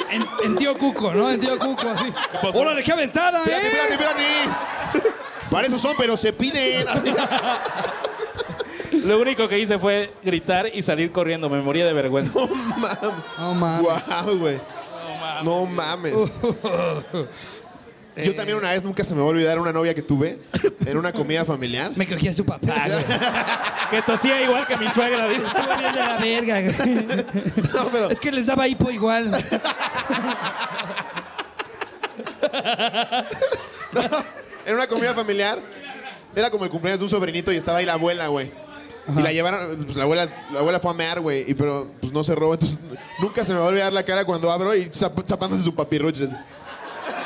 [SPEAKER 2] En, en tío Cuco, ¿no? En tío Cuco, así. ¡Órale, qué aventada,
[SPEAKER 1] Espérate,
[SPEAKER 2] eh!
[SPEAKER 1] espérate, espérate. Para eso son, pero se piden.
[SPEAKER 3] Lo único que hice fue gritar y salir corriendo, me moría de vergüenza.
[SPEAKER 1] No mames.
[SPEAKER 2] No mames.
[SPEAKER 1] Guau, güey. No mames. Yo también una vez nunca se me va a olvidar una novia que tuve en una comida familiar.
[SPEAKER 2] Me cogí a su papá, güey.
[SPEAKER 3] Que tosía igual que mi suegra. dice.
[SPEAKER 2] Estuvo bien de la verga, güey.
[SPEAKER 1] No, pero
[SPEAKER 2] Es que les daba hipo igual.
[SPEAKER 1] en una comida familiar era como el cumpleaños de un sobrinito y estaba ahí la abuela, güey. Y la llevaron, pues la abuela, la abuela fue a mear, güey, y pero pues no se robó, entonces nunca se me va a olvidar la cara cuando abro y zap- zapándose su papirruche.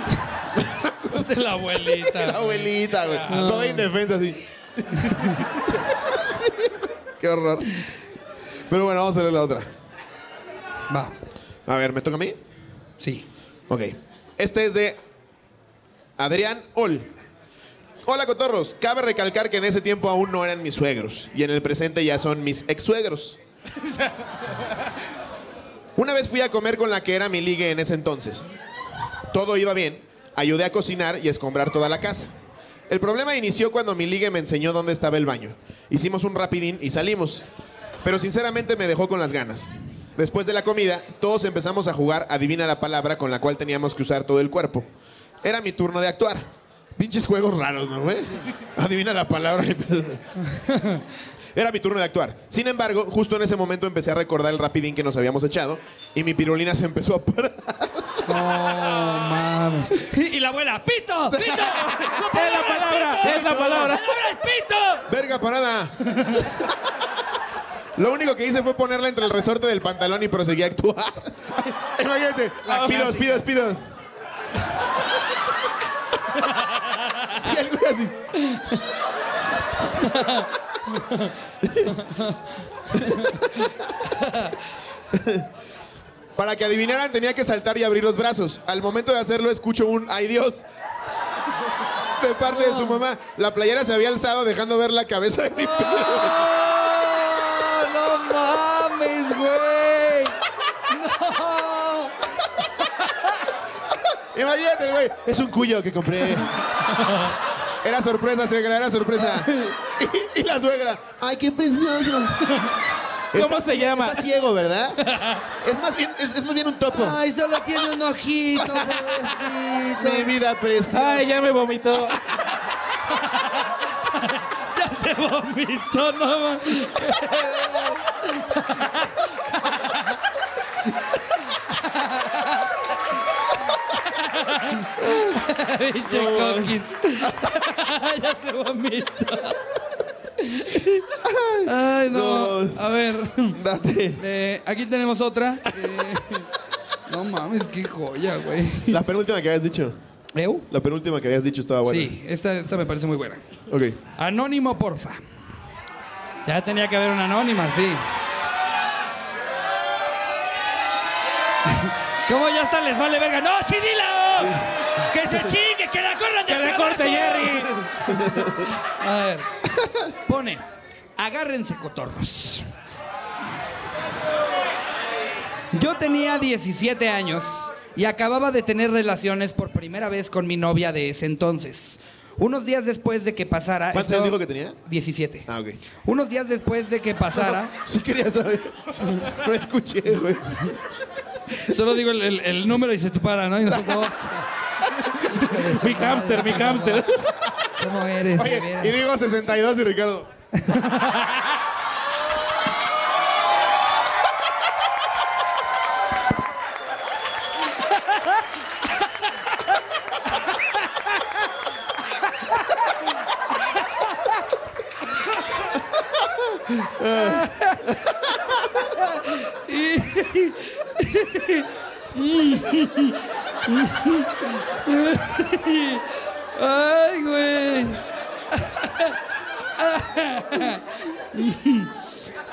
[SPEAKER 1] así.
[SPEAKER 4] De la abuelita.
[SPEAKER 1] La abuelita, güey. Toda indefensa así. Sí, Qué horror. Pero bueno, vamos a ver la otra.
[SPEAKER 2] Va,
[SPEAKER 1] A ver, ¿me toca a mí?
[SPEAKER 2] sí.
[SPEAKER 1] Ok. Este es de Adrián Ol. Hola, cotorros. Cabe recalcar que en ese tiempo aún no eran mis suegros y en el presente ya son mis ex suegros. Una vez fui a comer con la que era mi ligue en ese entonces. Todo iba bien. Ayudé a cocinar y escombrar toda la casa. El problema inició cuando mi ligue me enseñó dónde estaba el baño. Hicimos un rapidín y salimos. Pero sinceramente me dejó con las ganas. Después de la comida, todos empezamos a jugar adivina la palabra con la cual teníamos que usar todo el cuerpo. Era mi turno de actuar. Pinches juegos raros, ¿no, güey? Adivina la palabra y empiezas a- era mi turno de actuar. Sin embargo, justo en ese momento empecé a recordar el rapidín que nos habíamos echado y mi pirulina se empezó a parar.
[SPEAKER 2] No mames. Y la abuela, pito, pito. La
[SPEAKER 3] Es la palabra, es la
[SPEAKER 2] palabra
[SPEAKER 3] palabra.
[SPEAKER 2] es pito.
[SPEAKER 1] ¡Verga, parada! Lo único que hice fue ponerla entre el resorte del pantalón y proseguí a actuar. Imagínate.
[SPEAKER 2] La
[SPEAKER 1] Pidos, pidos, pidos. y algo así. Para que adivinaran tenía que saltar y abrir los brazos. Al momento de hacerlo escucho un ¡ay Dios! de parte de su mamá. La playera se había alzado dejando ver la cabeza de mi perro.
[SPEAKER 2] ¡Ah, No mames, güey. No.
[SPEAKER 1] Imagínate, el güey. Es un cuyo que compré. Era sorpresa, suegra, era sorpresa. Y, y la suegra. ¡Ay, qué precioso!
[SPEAKER 3] ¿Cómo
[SPEAKER 1] Está
[SPEAKER 3] se
[SPEAKER 1] cie-
[SPEAKER 3] llama?
[SPEAKER 1] Está ciego, ¿verdad? Es más bien, es, es más bien un topo.
[SPEAKER 2] Ay, solo tiene un ojito, pobrecito.
[SPEAKER 1] Mi vida preciosa.
[SPEAKER 3] Ay, ya me vomitó.
[SPEAKER 4] Ya se vomitó, no mames.
[SPEAKER 2] Pinche coquis.
[SPEAKER 4] Ya se vomitó.
[SPEAKER 2] Ay, no.
[SPEAKER 1] No.
[SPEAKER 2] A ver.
[SPEAKER 1] Date.
[SPEAKER 2] eh, aquí tenemos otra. Eh, no mames, qué joya, güey.
[SPEAKER 1] La penúltima que habías dicho.
[SPEAKER 2] ¿Eu?
[SPEAKER 1] La penúltima que habías dicho estaba buena.
[SPEAKER 2] Sí, esta, esta me parece muy buena.
[SPEAKER 1] Ok.
[SPEAKER 2] Anónimo, porfa. Ya tenía que haber una anónima, sí. ¿Cómo ya está? Les vale verga. ¡No, sí, dila! ¡Que se chingue! ¡Que la corran de
[SPEAKER 3] ¡Que la corte, Jerry!
[SPEAKER 2] A ver. Pone, agárrense cotorros. Yo tenía 17 años y acababa de tener relaciones por primera vez con mi novia de ese entonces. Unos días después de que pasara...
[SPEAKER 1] ¿Cuántos años dijo que tenía?
[SPEAKER 2] 17.
[SPEAKER 1] Ah, ok.
[SPEAKER 2] Unos días después de que pasara...
[SPEAKER 1] Sí quería saber. No escuché, güey.
[SPEAKER 2] Solo digo el, el- el número y se te para, ¿no? Y nosotros... "Oh, Hijo de su
[SPEAKER 3] Mi
[SPEAKER 2] madre,
[SPEAKER 3] hámster, mi
[SPEAKER 2] cómo-
[SPEAKER 3] hámster.
[SPEAKER 2] ¿Cómo eres? de
[SPEAKER 1] Oye,
[SPEAKER 2] veras?
[SPEAKER 1] y digo 62 y Ricardo.
[SPEAKER 2] Ay, güey.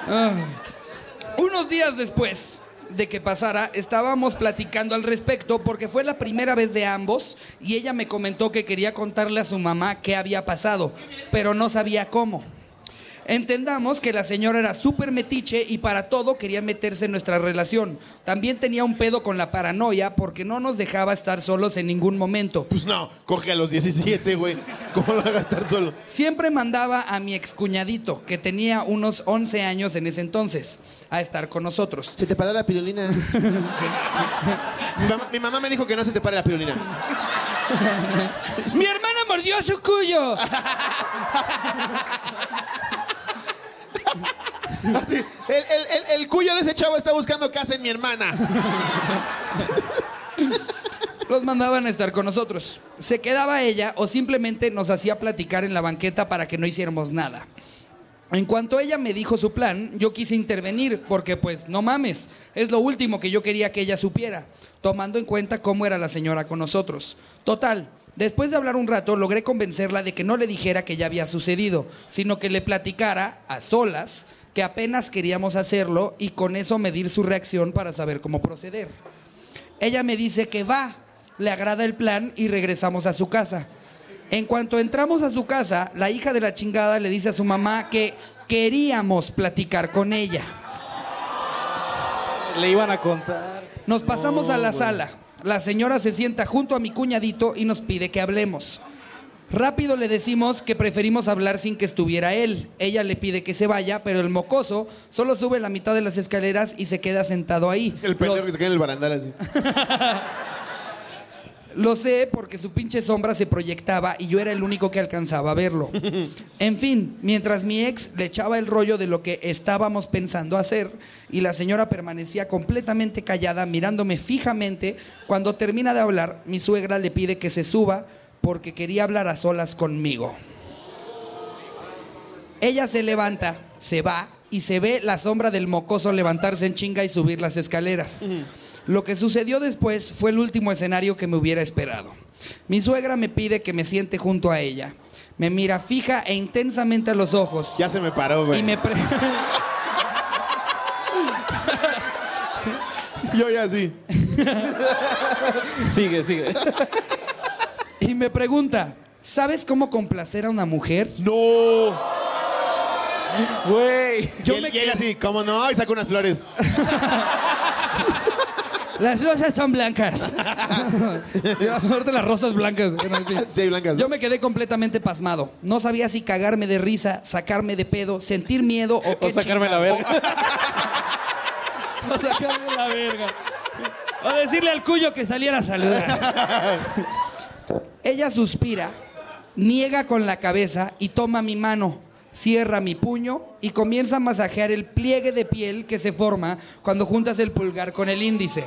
[SPEAKER 2] Ah. Unos días después de que pasara, estábamos platicando al respecto porque fue la primera vez de ambos y ella me comentó que quería contarle a su mamá qué había pasado, pero no sabía cómo. Entendamos que la señora era súper metiche y para todo quería meterse en nuestra relación. También tenía un pedo con la paranoia porque no nos dejaba estar solos en ningún momento.
[SPEAKER 1] Pues no, coge a los 17, güey. ¿Cómo lo va a gastar solo?
[SPEAKER 2] Siempre mandaba a mi excuñadito, que tenía unos 11 años en ese entonces, a estar con nosotros.
[SPEAKER 1] Se te paró la pirulina. mi, mamá, mi mamá me dijo que no se te pare la pirulina.
[SPEAKER 2] ¡Mi hermana mordió a su cuyo!
[SPEAKER 1] Así, Ah, el, el- el- el cuyo de ese chavo está buscando casa en mi hermana.
[SPEAKER 2] Los mandaban a estar con nosotros. Se quedaba ella o simplemente nos hacía platicar en la banqueta para que no hiciéramos nada. En cuanto ella me dijo su plan, yo quise intervenir porque pues no mames, es lo último que yo quería que ella supiera, tomando en cuenta cómo era la señora con nosotros. Total, después de hablar un rato logré convencerla de que no le dijera que ya había sucedido, sino que le platicara a solas que apenas queríamos hacerlo y con eso medir su reacción para saber cómo proceder. Ella me dice que va, le agrada el plan y regresamos a su casa. En cuanto entramos a su casa, la hija de la chingada le dice a su mamá que queríamos platicar con ella.
[SPEAKER 3] Le iban a contar.
[SPEAKER 2] Nos pasamos a la sala. La señora se sienta junto a mi cuñadito y nos pide que hablemos. Rápido le decimos que preferimos hablar sin que estuviera él. Ella le pide que se vaya, pero el mocoso solo sube la mitad de las escaleras y se queda sentado ahí.
[SPEAKER 1] El
[SPEAKER 2] Los-
[SPEAKER 1] pendejo que se queda en el barandal así.
[SPEAKER 2] Lo sé porque su pinche sombra se proyectaba y yo era el único que alcanzaba a verlo. En fin, mientras mi ex le echaba el rollo de lo que estábamos pensando hacer y la señora permanecía completamente callada mirándome fijamente, cuando termina de hablar, mi suegra le pide que se suba porque quería hablar a solas conmigo. Ella se levanta, se va y se ve la sombra del mocoso levantarse en chinga y subir las escaleras. Lo que sucedió después fue el último escenario que me hubiera esperado. Mi suegra me pide que me siente junto a ella. Me mira fija e intensamente a los ojos.
[SPEAKER 1] Ya se me paró,
[SPEAKER 2] y
[SPEAKER 1] güey.
[SPEAKER 2] me pre-
[SPEAKER 1] Yo ya sí.
[SPEAKER 3] Sigue, sigue.
[SPEAKER 2] y me pregunta, ¿sabes cómo complacer a una mujer?
[SPEAKER 1] ¡No!
[SPEAKER 3] Güey.
[SPEAKER 1] Yo
[SPEAKER 2] Yo
[SPEAKER 1] y él,
[SPEAKER 2] me
[SPEAKER 1] y él
[SPEAKER 2] quedé-
[SPEAKER 1] así, ¿cómo no? Y saca unas flores.
[SPEAKER 2] Las rosas son blancas.
[SPEAKER 4] Aparte las rosas blancas. que no hay-
[SPEAKER 1] Sí, hay blancas. ¿no?
[SPEAKER 2] Yo me quedé completamente pasmado. No sabía si cagarme de risa, sacarme de pedo, sentir miedo o qué
[SPEAKER 3] O sacarme la
[SPEAKER 2] chingado.
[SPEAKER 3] verga.
[SPEAKER 4] O sacarle la verga. O decirle al cuyo que saliera a saludar.
[SPEAKER 2] Ella suspira, niega con la cabeza y toma mi mano, cierra mi puño y comienza a masajear el pliegue de piel que se forma cuando juntas el pulgar con el índice.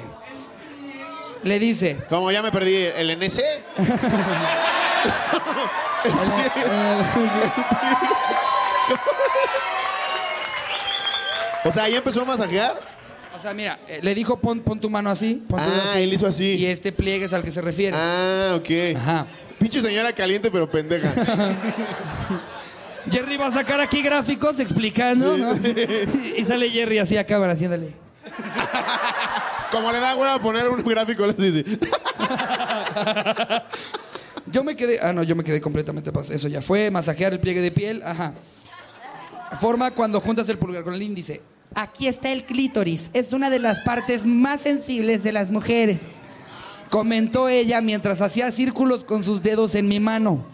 [SPEAKER 2] Le dice,
[SPEAKER 1] Como ya me perdí el NC. O sea, ahí empezó a masajear.
[SPEAKER 2] o sea, mira, eh, le dijo pon, pon tu mano así, pon tu dedo
[SPEAKER 1] Ah,
[SPEAKER 2] así,
[SPEAKER 1] él hizo así.
[SPEAKER 2] Y este pliegue es al que se refiere.
[SPEAKER 1] Ah, ok.
[SPEAKER 2] Ajá.
[SPEAKER 1] Pinche señora caliente, pero pendeja.
[SPEAKER 4] Jerry va a sacar aquí gráficos explicando, ¿no? Y sale Jerry así a cámara, haciéndole.
[SPEAKER 1] Como le da hueva poner un gráfico, le dice.
[SPEAKER 2] Yo me quedé. Ah, no, yo me quedé completamente paz. Eso ya fue. Masajear el pliegue de piel. Ajá. Forma cuando juntas el pulgar con el índice. Aquí está el clítoris. Es una de las partes más sensibles de las mujeres. Comentó ella mientras hacía círculos con sus dedos en mi mano.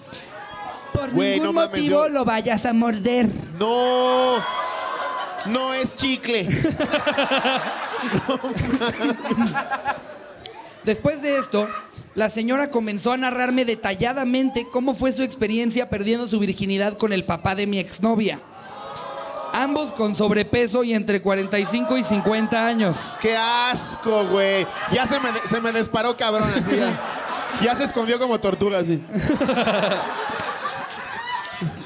[SPEAKER 2] Por
[SPEAKER 1] Güey,
[SPEAKER 2] ningún
[SPEAKER 1] no mames,
[SPEAKER 2] motivo
[SPEAKER 1] yo-
[SPEAKER 2] lo vayas a morder.
[SPEAKER 1] ¡No! No es chicle.
[SPEAKER 2] Después de esto, la señora comenzó a narrarme detalladamente cómo fue su experiencia perdiendo su virginidad con el papá de mi exnovia. Ambos con sobrepeso y entre 45 y 50 años.
[SPEAKER 1] ¡Qué asco, güey! Ya se me, se me disparó cabrón así. Ya. Ya se escondió como tortuga así.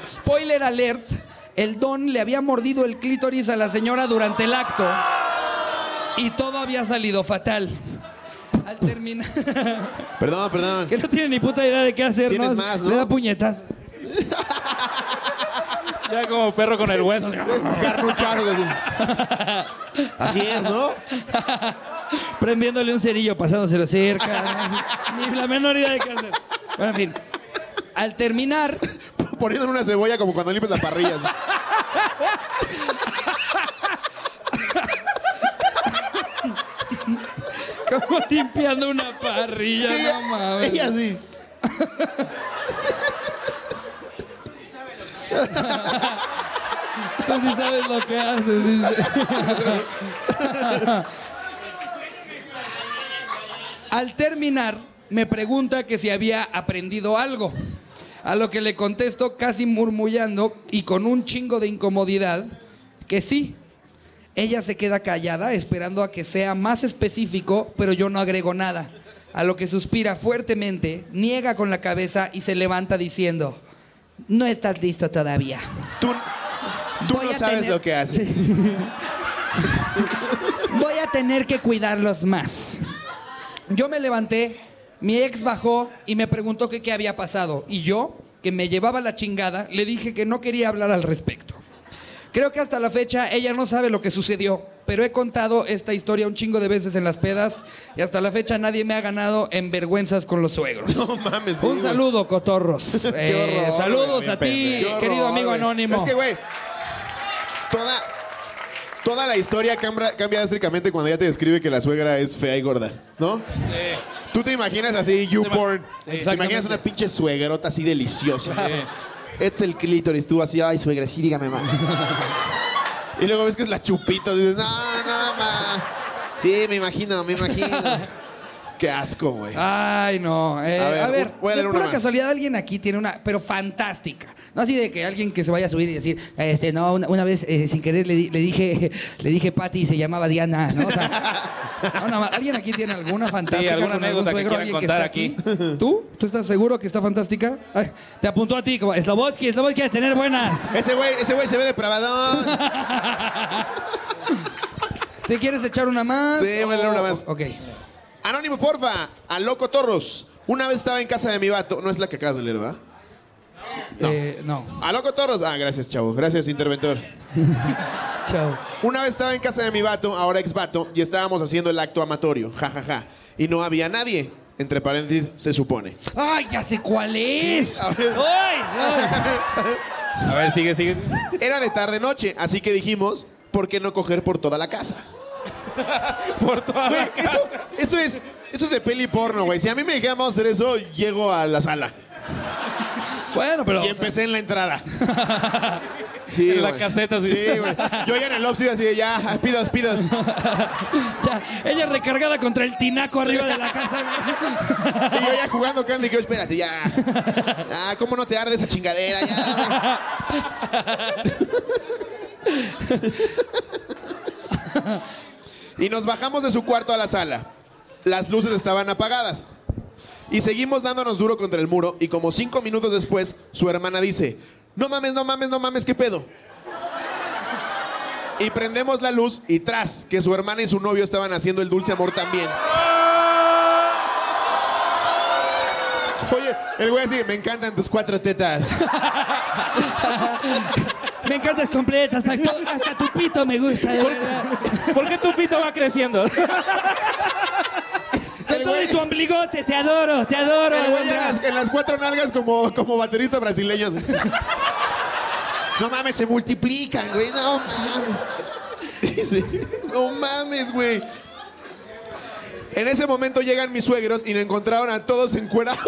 [SPEAKER 2] Spoiler alert, el don le había mordido el clítoris a la señora durante el acto y todo había salido fatal. Al terminar...
[SPEAKER 1] Perdón, perdón.
[SPEAKER 4] Que no tiene ni puta idea de qué hacer,
[SPEAKER 1] Tienes más, ¿no?
[SPEAKER 4] Le da puñetazos.
[SPEAKER 3] Ya como perro con el hueso.
[SPEAKER 1] Garruchazo, así. Así es, ¿no?
[SPEAKER 4] Prendiéndole un cerillo, pasándoselo cerca. ¿no? Ni la menor idea de qué hacer.
[SPEAKER 2] Bueno, en fin. Al terminar,
[SPEAKER 1] Poniéndole una cebolla como cuando limpias la parrilla. así.
[SPEAKER 4] Como limpiando una parrilla, no mames.
[SPEAKER 1] Ella sí.
[SPEAKER 4] Tú sí sabes lo que haces. dice.
[SPEAKER 2] Al terminar, me pregunta que si había aprendido algo. A lo que le contesto casi murmullando y con un chingo de incomodidad que sí. Ella se queda callada esperando a que sea más específico, pero yo no agrego nada. A lo que suspira fuertemente, niega con la cabeza y se levanta diciendo, no estás listo todavía.
[SPEAKER 1] Tú, tú
[SPEAKER 2] Voy
[SPEAKER 1] no
[SPEAKER 2] a
[SPEAKER 1] sabes
[SPEAKER 2] tener-
[SPEAKER 1] lo que haces.
[SPEAKER 2] Voy a tener que cuidarlos más. Yo me levanté, mi ex bajó y me preguntó que qué había pasado. Y yo, que me llevaba la chingada, le dije que no quería hablar al respecto. Creo que hasta la fecha ella no sabe lo que sucedió, pero he contado esta historia un chingo de veces en las pedas y hasta la fecha nadie me ha ganado en vergüenzas con los suegros.
[SPEAKER 1] No mames. sí,
[SPEAKER 2] un
[SPEAKER 1] güey.
[SPEAKER 2] saludo, cotorros. Eh,
[SPEAKER 1] horror,
[SPEAKER 2] saludos
[SPEAKER 1] güey,
[SPEAKER 2] a ti,
[SPEAKER 1] Qué
[SPEAKER 2] querido
[SPEAKER 1] horror,
[SPEAKER 2] amigo
[SPEAKER 1] güey.
[SPEAKER 2] anónimo.
[SPEAKER 1] Es que, güey, toda, Toda la historia cambra- cambia drásticamente cuando ella te describe que la suegra es fea y gorda, ¿no? Tú te imaginas así, you porn. Te imaginas una pinche suegrota así deliciosa. Es el clítoris, tú así, ay, suegra, sí, dígame más. y luego ves que es la chupita, y dices, no, no, ma. Sí, me imagino, me imagino. Qué asco, güey.
[SPEAKER 2] Ay, no. eh,
[SPEAKER 1] A
[SPEAKER 2] a
[SPEAKER 1] ver,
[SPEAKER 2] ver,
[SPEAKER 1] voy a leer
[SPEAKER 2] de
[SPEAKER 1] una
[SPEAKER 2] pura
[SPEAKER 1] más.
[SPEAKER 2] casualidad alguien aquí tiene una, pero fantástica. No así de que alguien que se vaya a subir y decir, este, no, una, una vez eh, sin querer le, di- le dije, le dije Patty y se llamaba Diana, ¿no? O sea, no, nada más. ¿Alguien aquí tiene alguna fantástica
[SPEAKER 3] alguna
[SPEAKER 2] con algún
[SPEAKER 3] anécdota que
[SPEAKER 2] suegro,
[SPEAKER 3] quieran
[SPEAKER 2] alguien
[SPEAKER 3] contar
[SPEAKER 2] que esté aquí? ¿Tú? ¿Tú estás seguro que está fantástica? Ay, te apuntó a ti como Slobotsky, Slobotsky a tener buenas.
[SPEAKER 1] Ese güey, ese güey se ve depravadón.
[SPEAKER 2] ¿Te quieres echar una más?
[SPEAKER 1] Sí, voy a leer una
[SPEAKER 2] O-
[SPEAKER 1] más.
[SPEAKER 2] Ok.
[SPEAKER 1] Anónimo, porfa. A Loco Torros. Una vez estaba en casa de mi vato. No es la que acabas de leer, ¿verdad? No.
[SPEAKER 2] Eh, no.
[SPEAKER 1] A Loco Torros. Ah, gracias, chavo. Gracias, interventor.
[SPEAKER 2] Chao.
[SPEAKER 1] Una vez estaba en casa de mi vato, ahora ex vato, y estábamos haciendo el acto amatorio. Ja, ja, ja. Y no había nadie. Entre paréntesis, se supone.
[SPEAKER 2] ¡Ay, ya sé cuál es!
[SPEAKER 1] A ver.
[SPEAKER 2] ¡Ay! ay.
[SPEAKER 3] A ver, sigue, sigue. sigue.
[SPEAKER 1] Era de tarde-noche, así que dijimos, ¿por qué no coger por toda la casa?
[SPEAKER 3] Por toda
[SPEAKER 1] Güey,
[SPEAKER 3] la ca-
[SPEAKER 1] eso, eso es... Eso es de peli porno, güey. Si a mí me dijeran vamos a hacer eso, llego a la sala.
[SPEAKER 2] Bueno, pero.
[SPEAKER 1] Y
[SPEAKER 2] o sea,
[SPEAKER 1] empecé en la entrada. Sí,
[SPEAKER 3] En la
[SPEAKER 1] güey.
[SPEAKER 3] caseta, sí.
[SPEAKER 1] Sí, güey. Yo ya en el offside así de ya, pidas, pidas.
[SPEAKER 2] ya, ella recargada contra el tinaco arriba de la casa. güey.
[SPEAKER 1] Y yo ya jugando Candy Crush, espérate, ya. Ah, ¿cómo no te arde esa chingadera? Ya, güey. Y nos bajamos de su cuarto a la sala. Las luces estaban apagadas. Y seguimos dándonos duro contra el muro. Y como cinco minutos después, su hermana dice: No mames, no mames, no mames, ¿qué pedo? Y prendemos la luz y tras que su hermana y su novio estaban haciendo el dulce amor también. Oye, el güey así, me encantan tus cuatro tetas.
[SPEAKER 2] Me encantas completas, hasta, to- hasta tu pito me gusta, de verdad.
[SPEAKER 3] ¿Por qué tu pito va creciendo?
[SPEAKER 2] Con
[SPEAKER 1] El
[SPEAKER 2] todo
[SPEAKER 1] güey-
[SPEAKER 2] y tu ombligote, te adoro, te adoro,
[SPEAKER 1] El güey en
[SPEAKER 2] Alondra.
[SPEAKER 1] las, en las cuatro nalgas como, como baterista brasileño. No mames, se multiplican, güey. No mames. Dice, no mames, güey. En ese momento llegan mis suegros y nos encontraron a todos encuerados.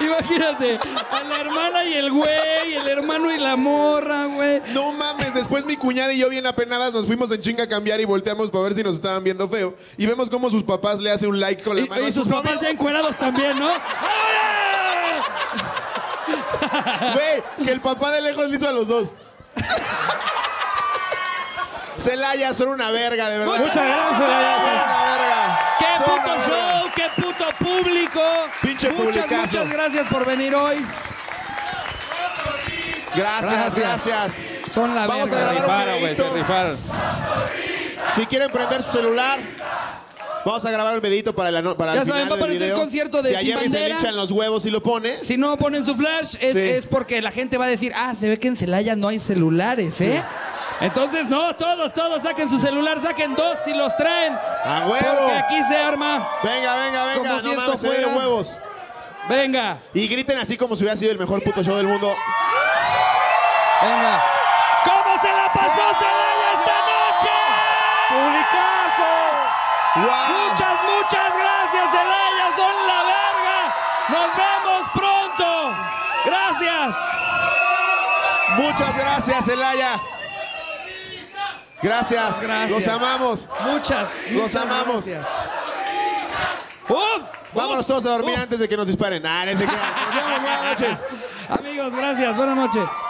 [SPEAKER 2] Imagínate, a la hermana y el güey, el hermano y la morra, güey.
[SPEAKER 1] No mames, después mi cuñada y yo bien apenadas nos fuimos en chinga a cambiar y volteamos para ver si nos estaban viendo feo. Y vemos cómo sus papás le hacen un like con la mano.
[SPEAKER 2] Y,
[SPEAKER 1] a
[SPEAKER 2] y
[SPEAKER 1] su
[SPEAKER 2] sus
[SPEAKER 1] novio.
[SPEAKER 2] papás ya encuerados también, ¿no? ¡Ahora!
[SPEAKER 1] Güey, que el papá de lejos le hizo a los dos. Celaya, son una verga, de verdad.
[SPEAKER 3] Muchas gracias,
[SPEAKER 1] Son
[SPEAKER 3] gracias.
[SPEAKER 1] una verga.
[SPEAKER 2] ¡Qué
[SPEAKER 1] Son una
[SPEAKER 2] puto
[SPEAKER 1] verga.
[SPEAKER 2] show! ¡Qué puto público!
[SPEAKER 1] Pinche
[SPEAKER 2] muchas,
[SPEAKER 1] publicazo.
[SPEAKER 2] muchas gracias por venir hoy.
[SPEAKER 1] Gracias, gracias.
[SPEAKER 2] Gracias. Son la
[SPEAKER 1] Vamos a
[SPEAKER 2] verga.
[SPEAKER 1] grabar un
[SPEAKER 3] Rifaron, güey, se
[SPEAKER 1] videíto.
[SPEAKER 3] rifaron.
[SPEAKER 1] Si quieren prender su celular, vamos a grabar el videito para, la no- para
[SPEAKER 2] Ya
[SPEAKER 1] el
[SPEAKER 2] saben,
[SPEAKER 1] final
[SPEAKER 2] va a
[SPEAKER 1] del
[SPEAKER 2] aparecer
[SPEAKER 1] video.
[SPEAKER 2] concierto de
[SPEAKER 1] Si a
[SPEAKER 2] Sin
[SPEAKER 1] Jerry se le
[SPEAKER 2] Bandera.
[SPEAKER 1] hinchan los huevos y lo pone.
[SPEAKER 2] Si no ponen su flash, es,
[SPEAKER 1] Sí.
[SPEAKER 2] es porque la gente va a decir, ah, se ve que en Celaya no hay celulares, ¿eh? Entonces, no, todos, todos saquen su celular, saquen dos si los traen.
[SPEAKER 1] ¡A huevo!
[SPEAKER 2] Porque aquí se arma.
[SPEAKER 1] Venga, venga, venga.
[SPEAKER 2] Como si
[SPEAKER 1] No
[SPEAKER 2] esto
[SPEAKER 1] mames, se ve de
[SPEAKER 2] fuera-
[SPEAKER 1] huevos.
[SPEAKER 2] Venga,
[SPEAKER 1] Y griten así como si hubiera sido el mejor puto show del mundo.
[SPEAKER 2] venga. ¿Cómo se la pasó Celaya esta noche?
[SPEAKER 3] ¡Publicazo!
[SPEAKER 1] ¡Wow!
[SPEAKER 2] Muchas, muchas gracias, Celaya, son la verga. Nos vemos pronto. Gracias.
[SPEAKER 1] Muchas gracias, Elaya. Gracias.
[SPEAKER 2] Gracias.
[SPEAKER 1] Los amamos.
[SPEAKER 2] Muchas,
[SPEAKER 1] Los
[SPEAKER 2] muchas
[SPEAKER 1] amamos.
[SPEAKER 2] gracias. Uf,
[SPEAKER 1] Vámonos
[SPEAKER 2] uf,
[SPEAKER 1] todos a dormir
[SPEAKER 2] uf.
[SPEAKER 1] antes de que nos disparen. Ah, no se crean. Nos vemos, buenas noches.
[SPEAKER 2] Amigos, gracias. Buenas noches.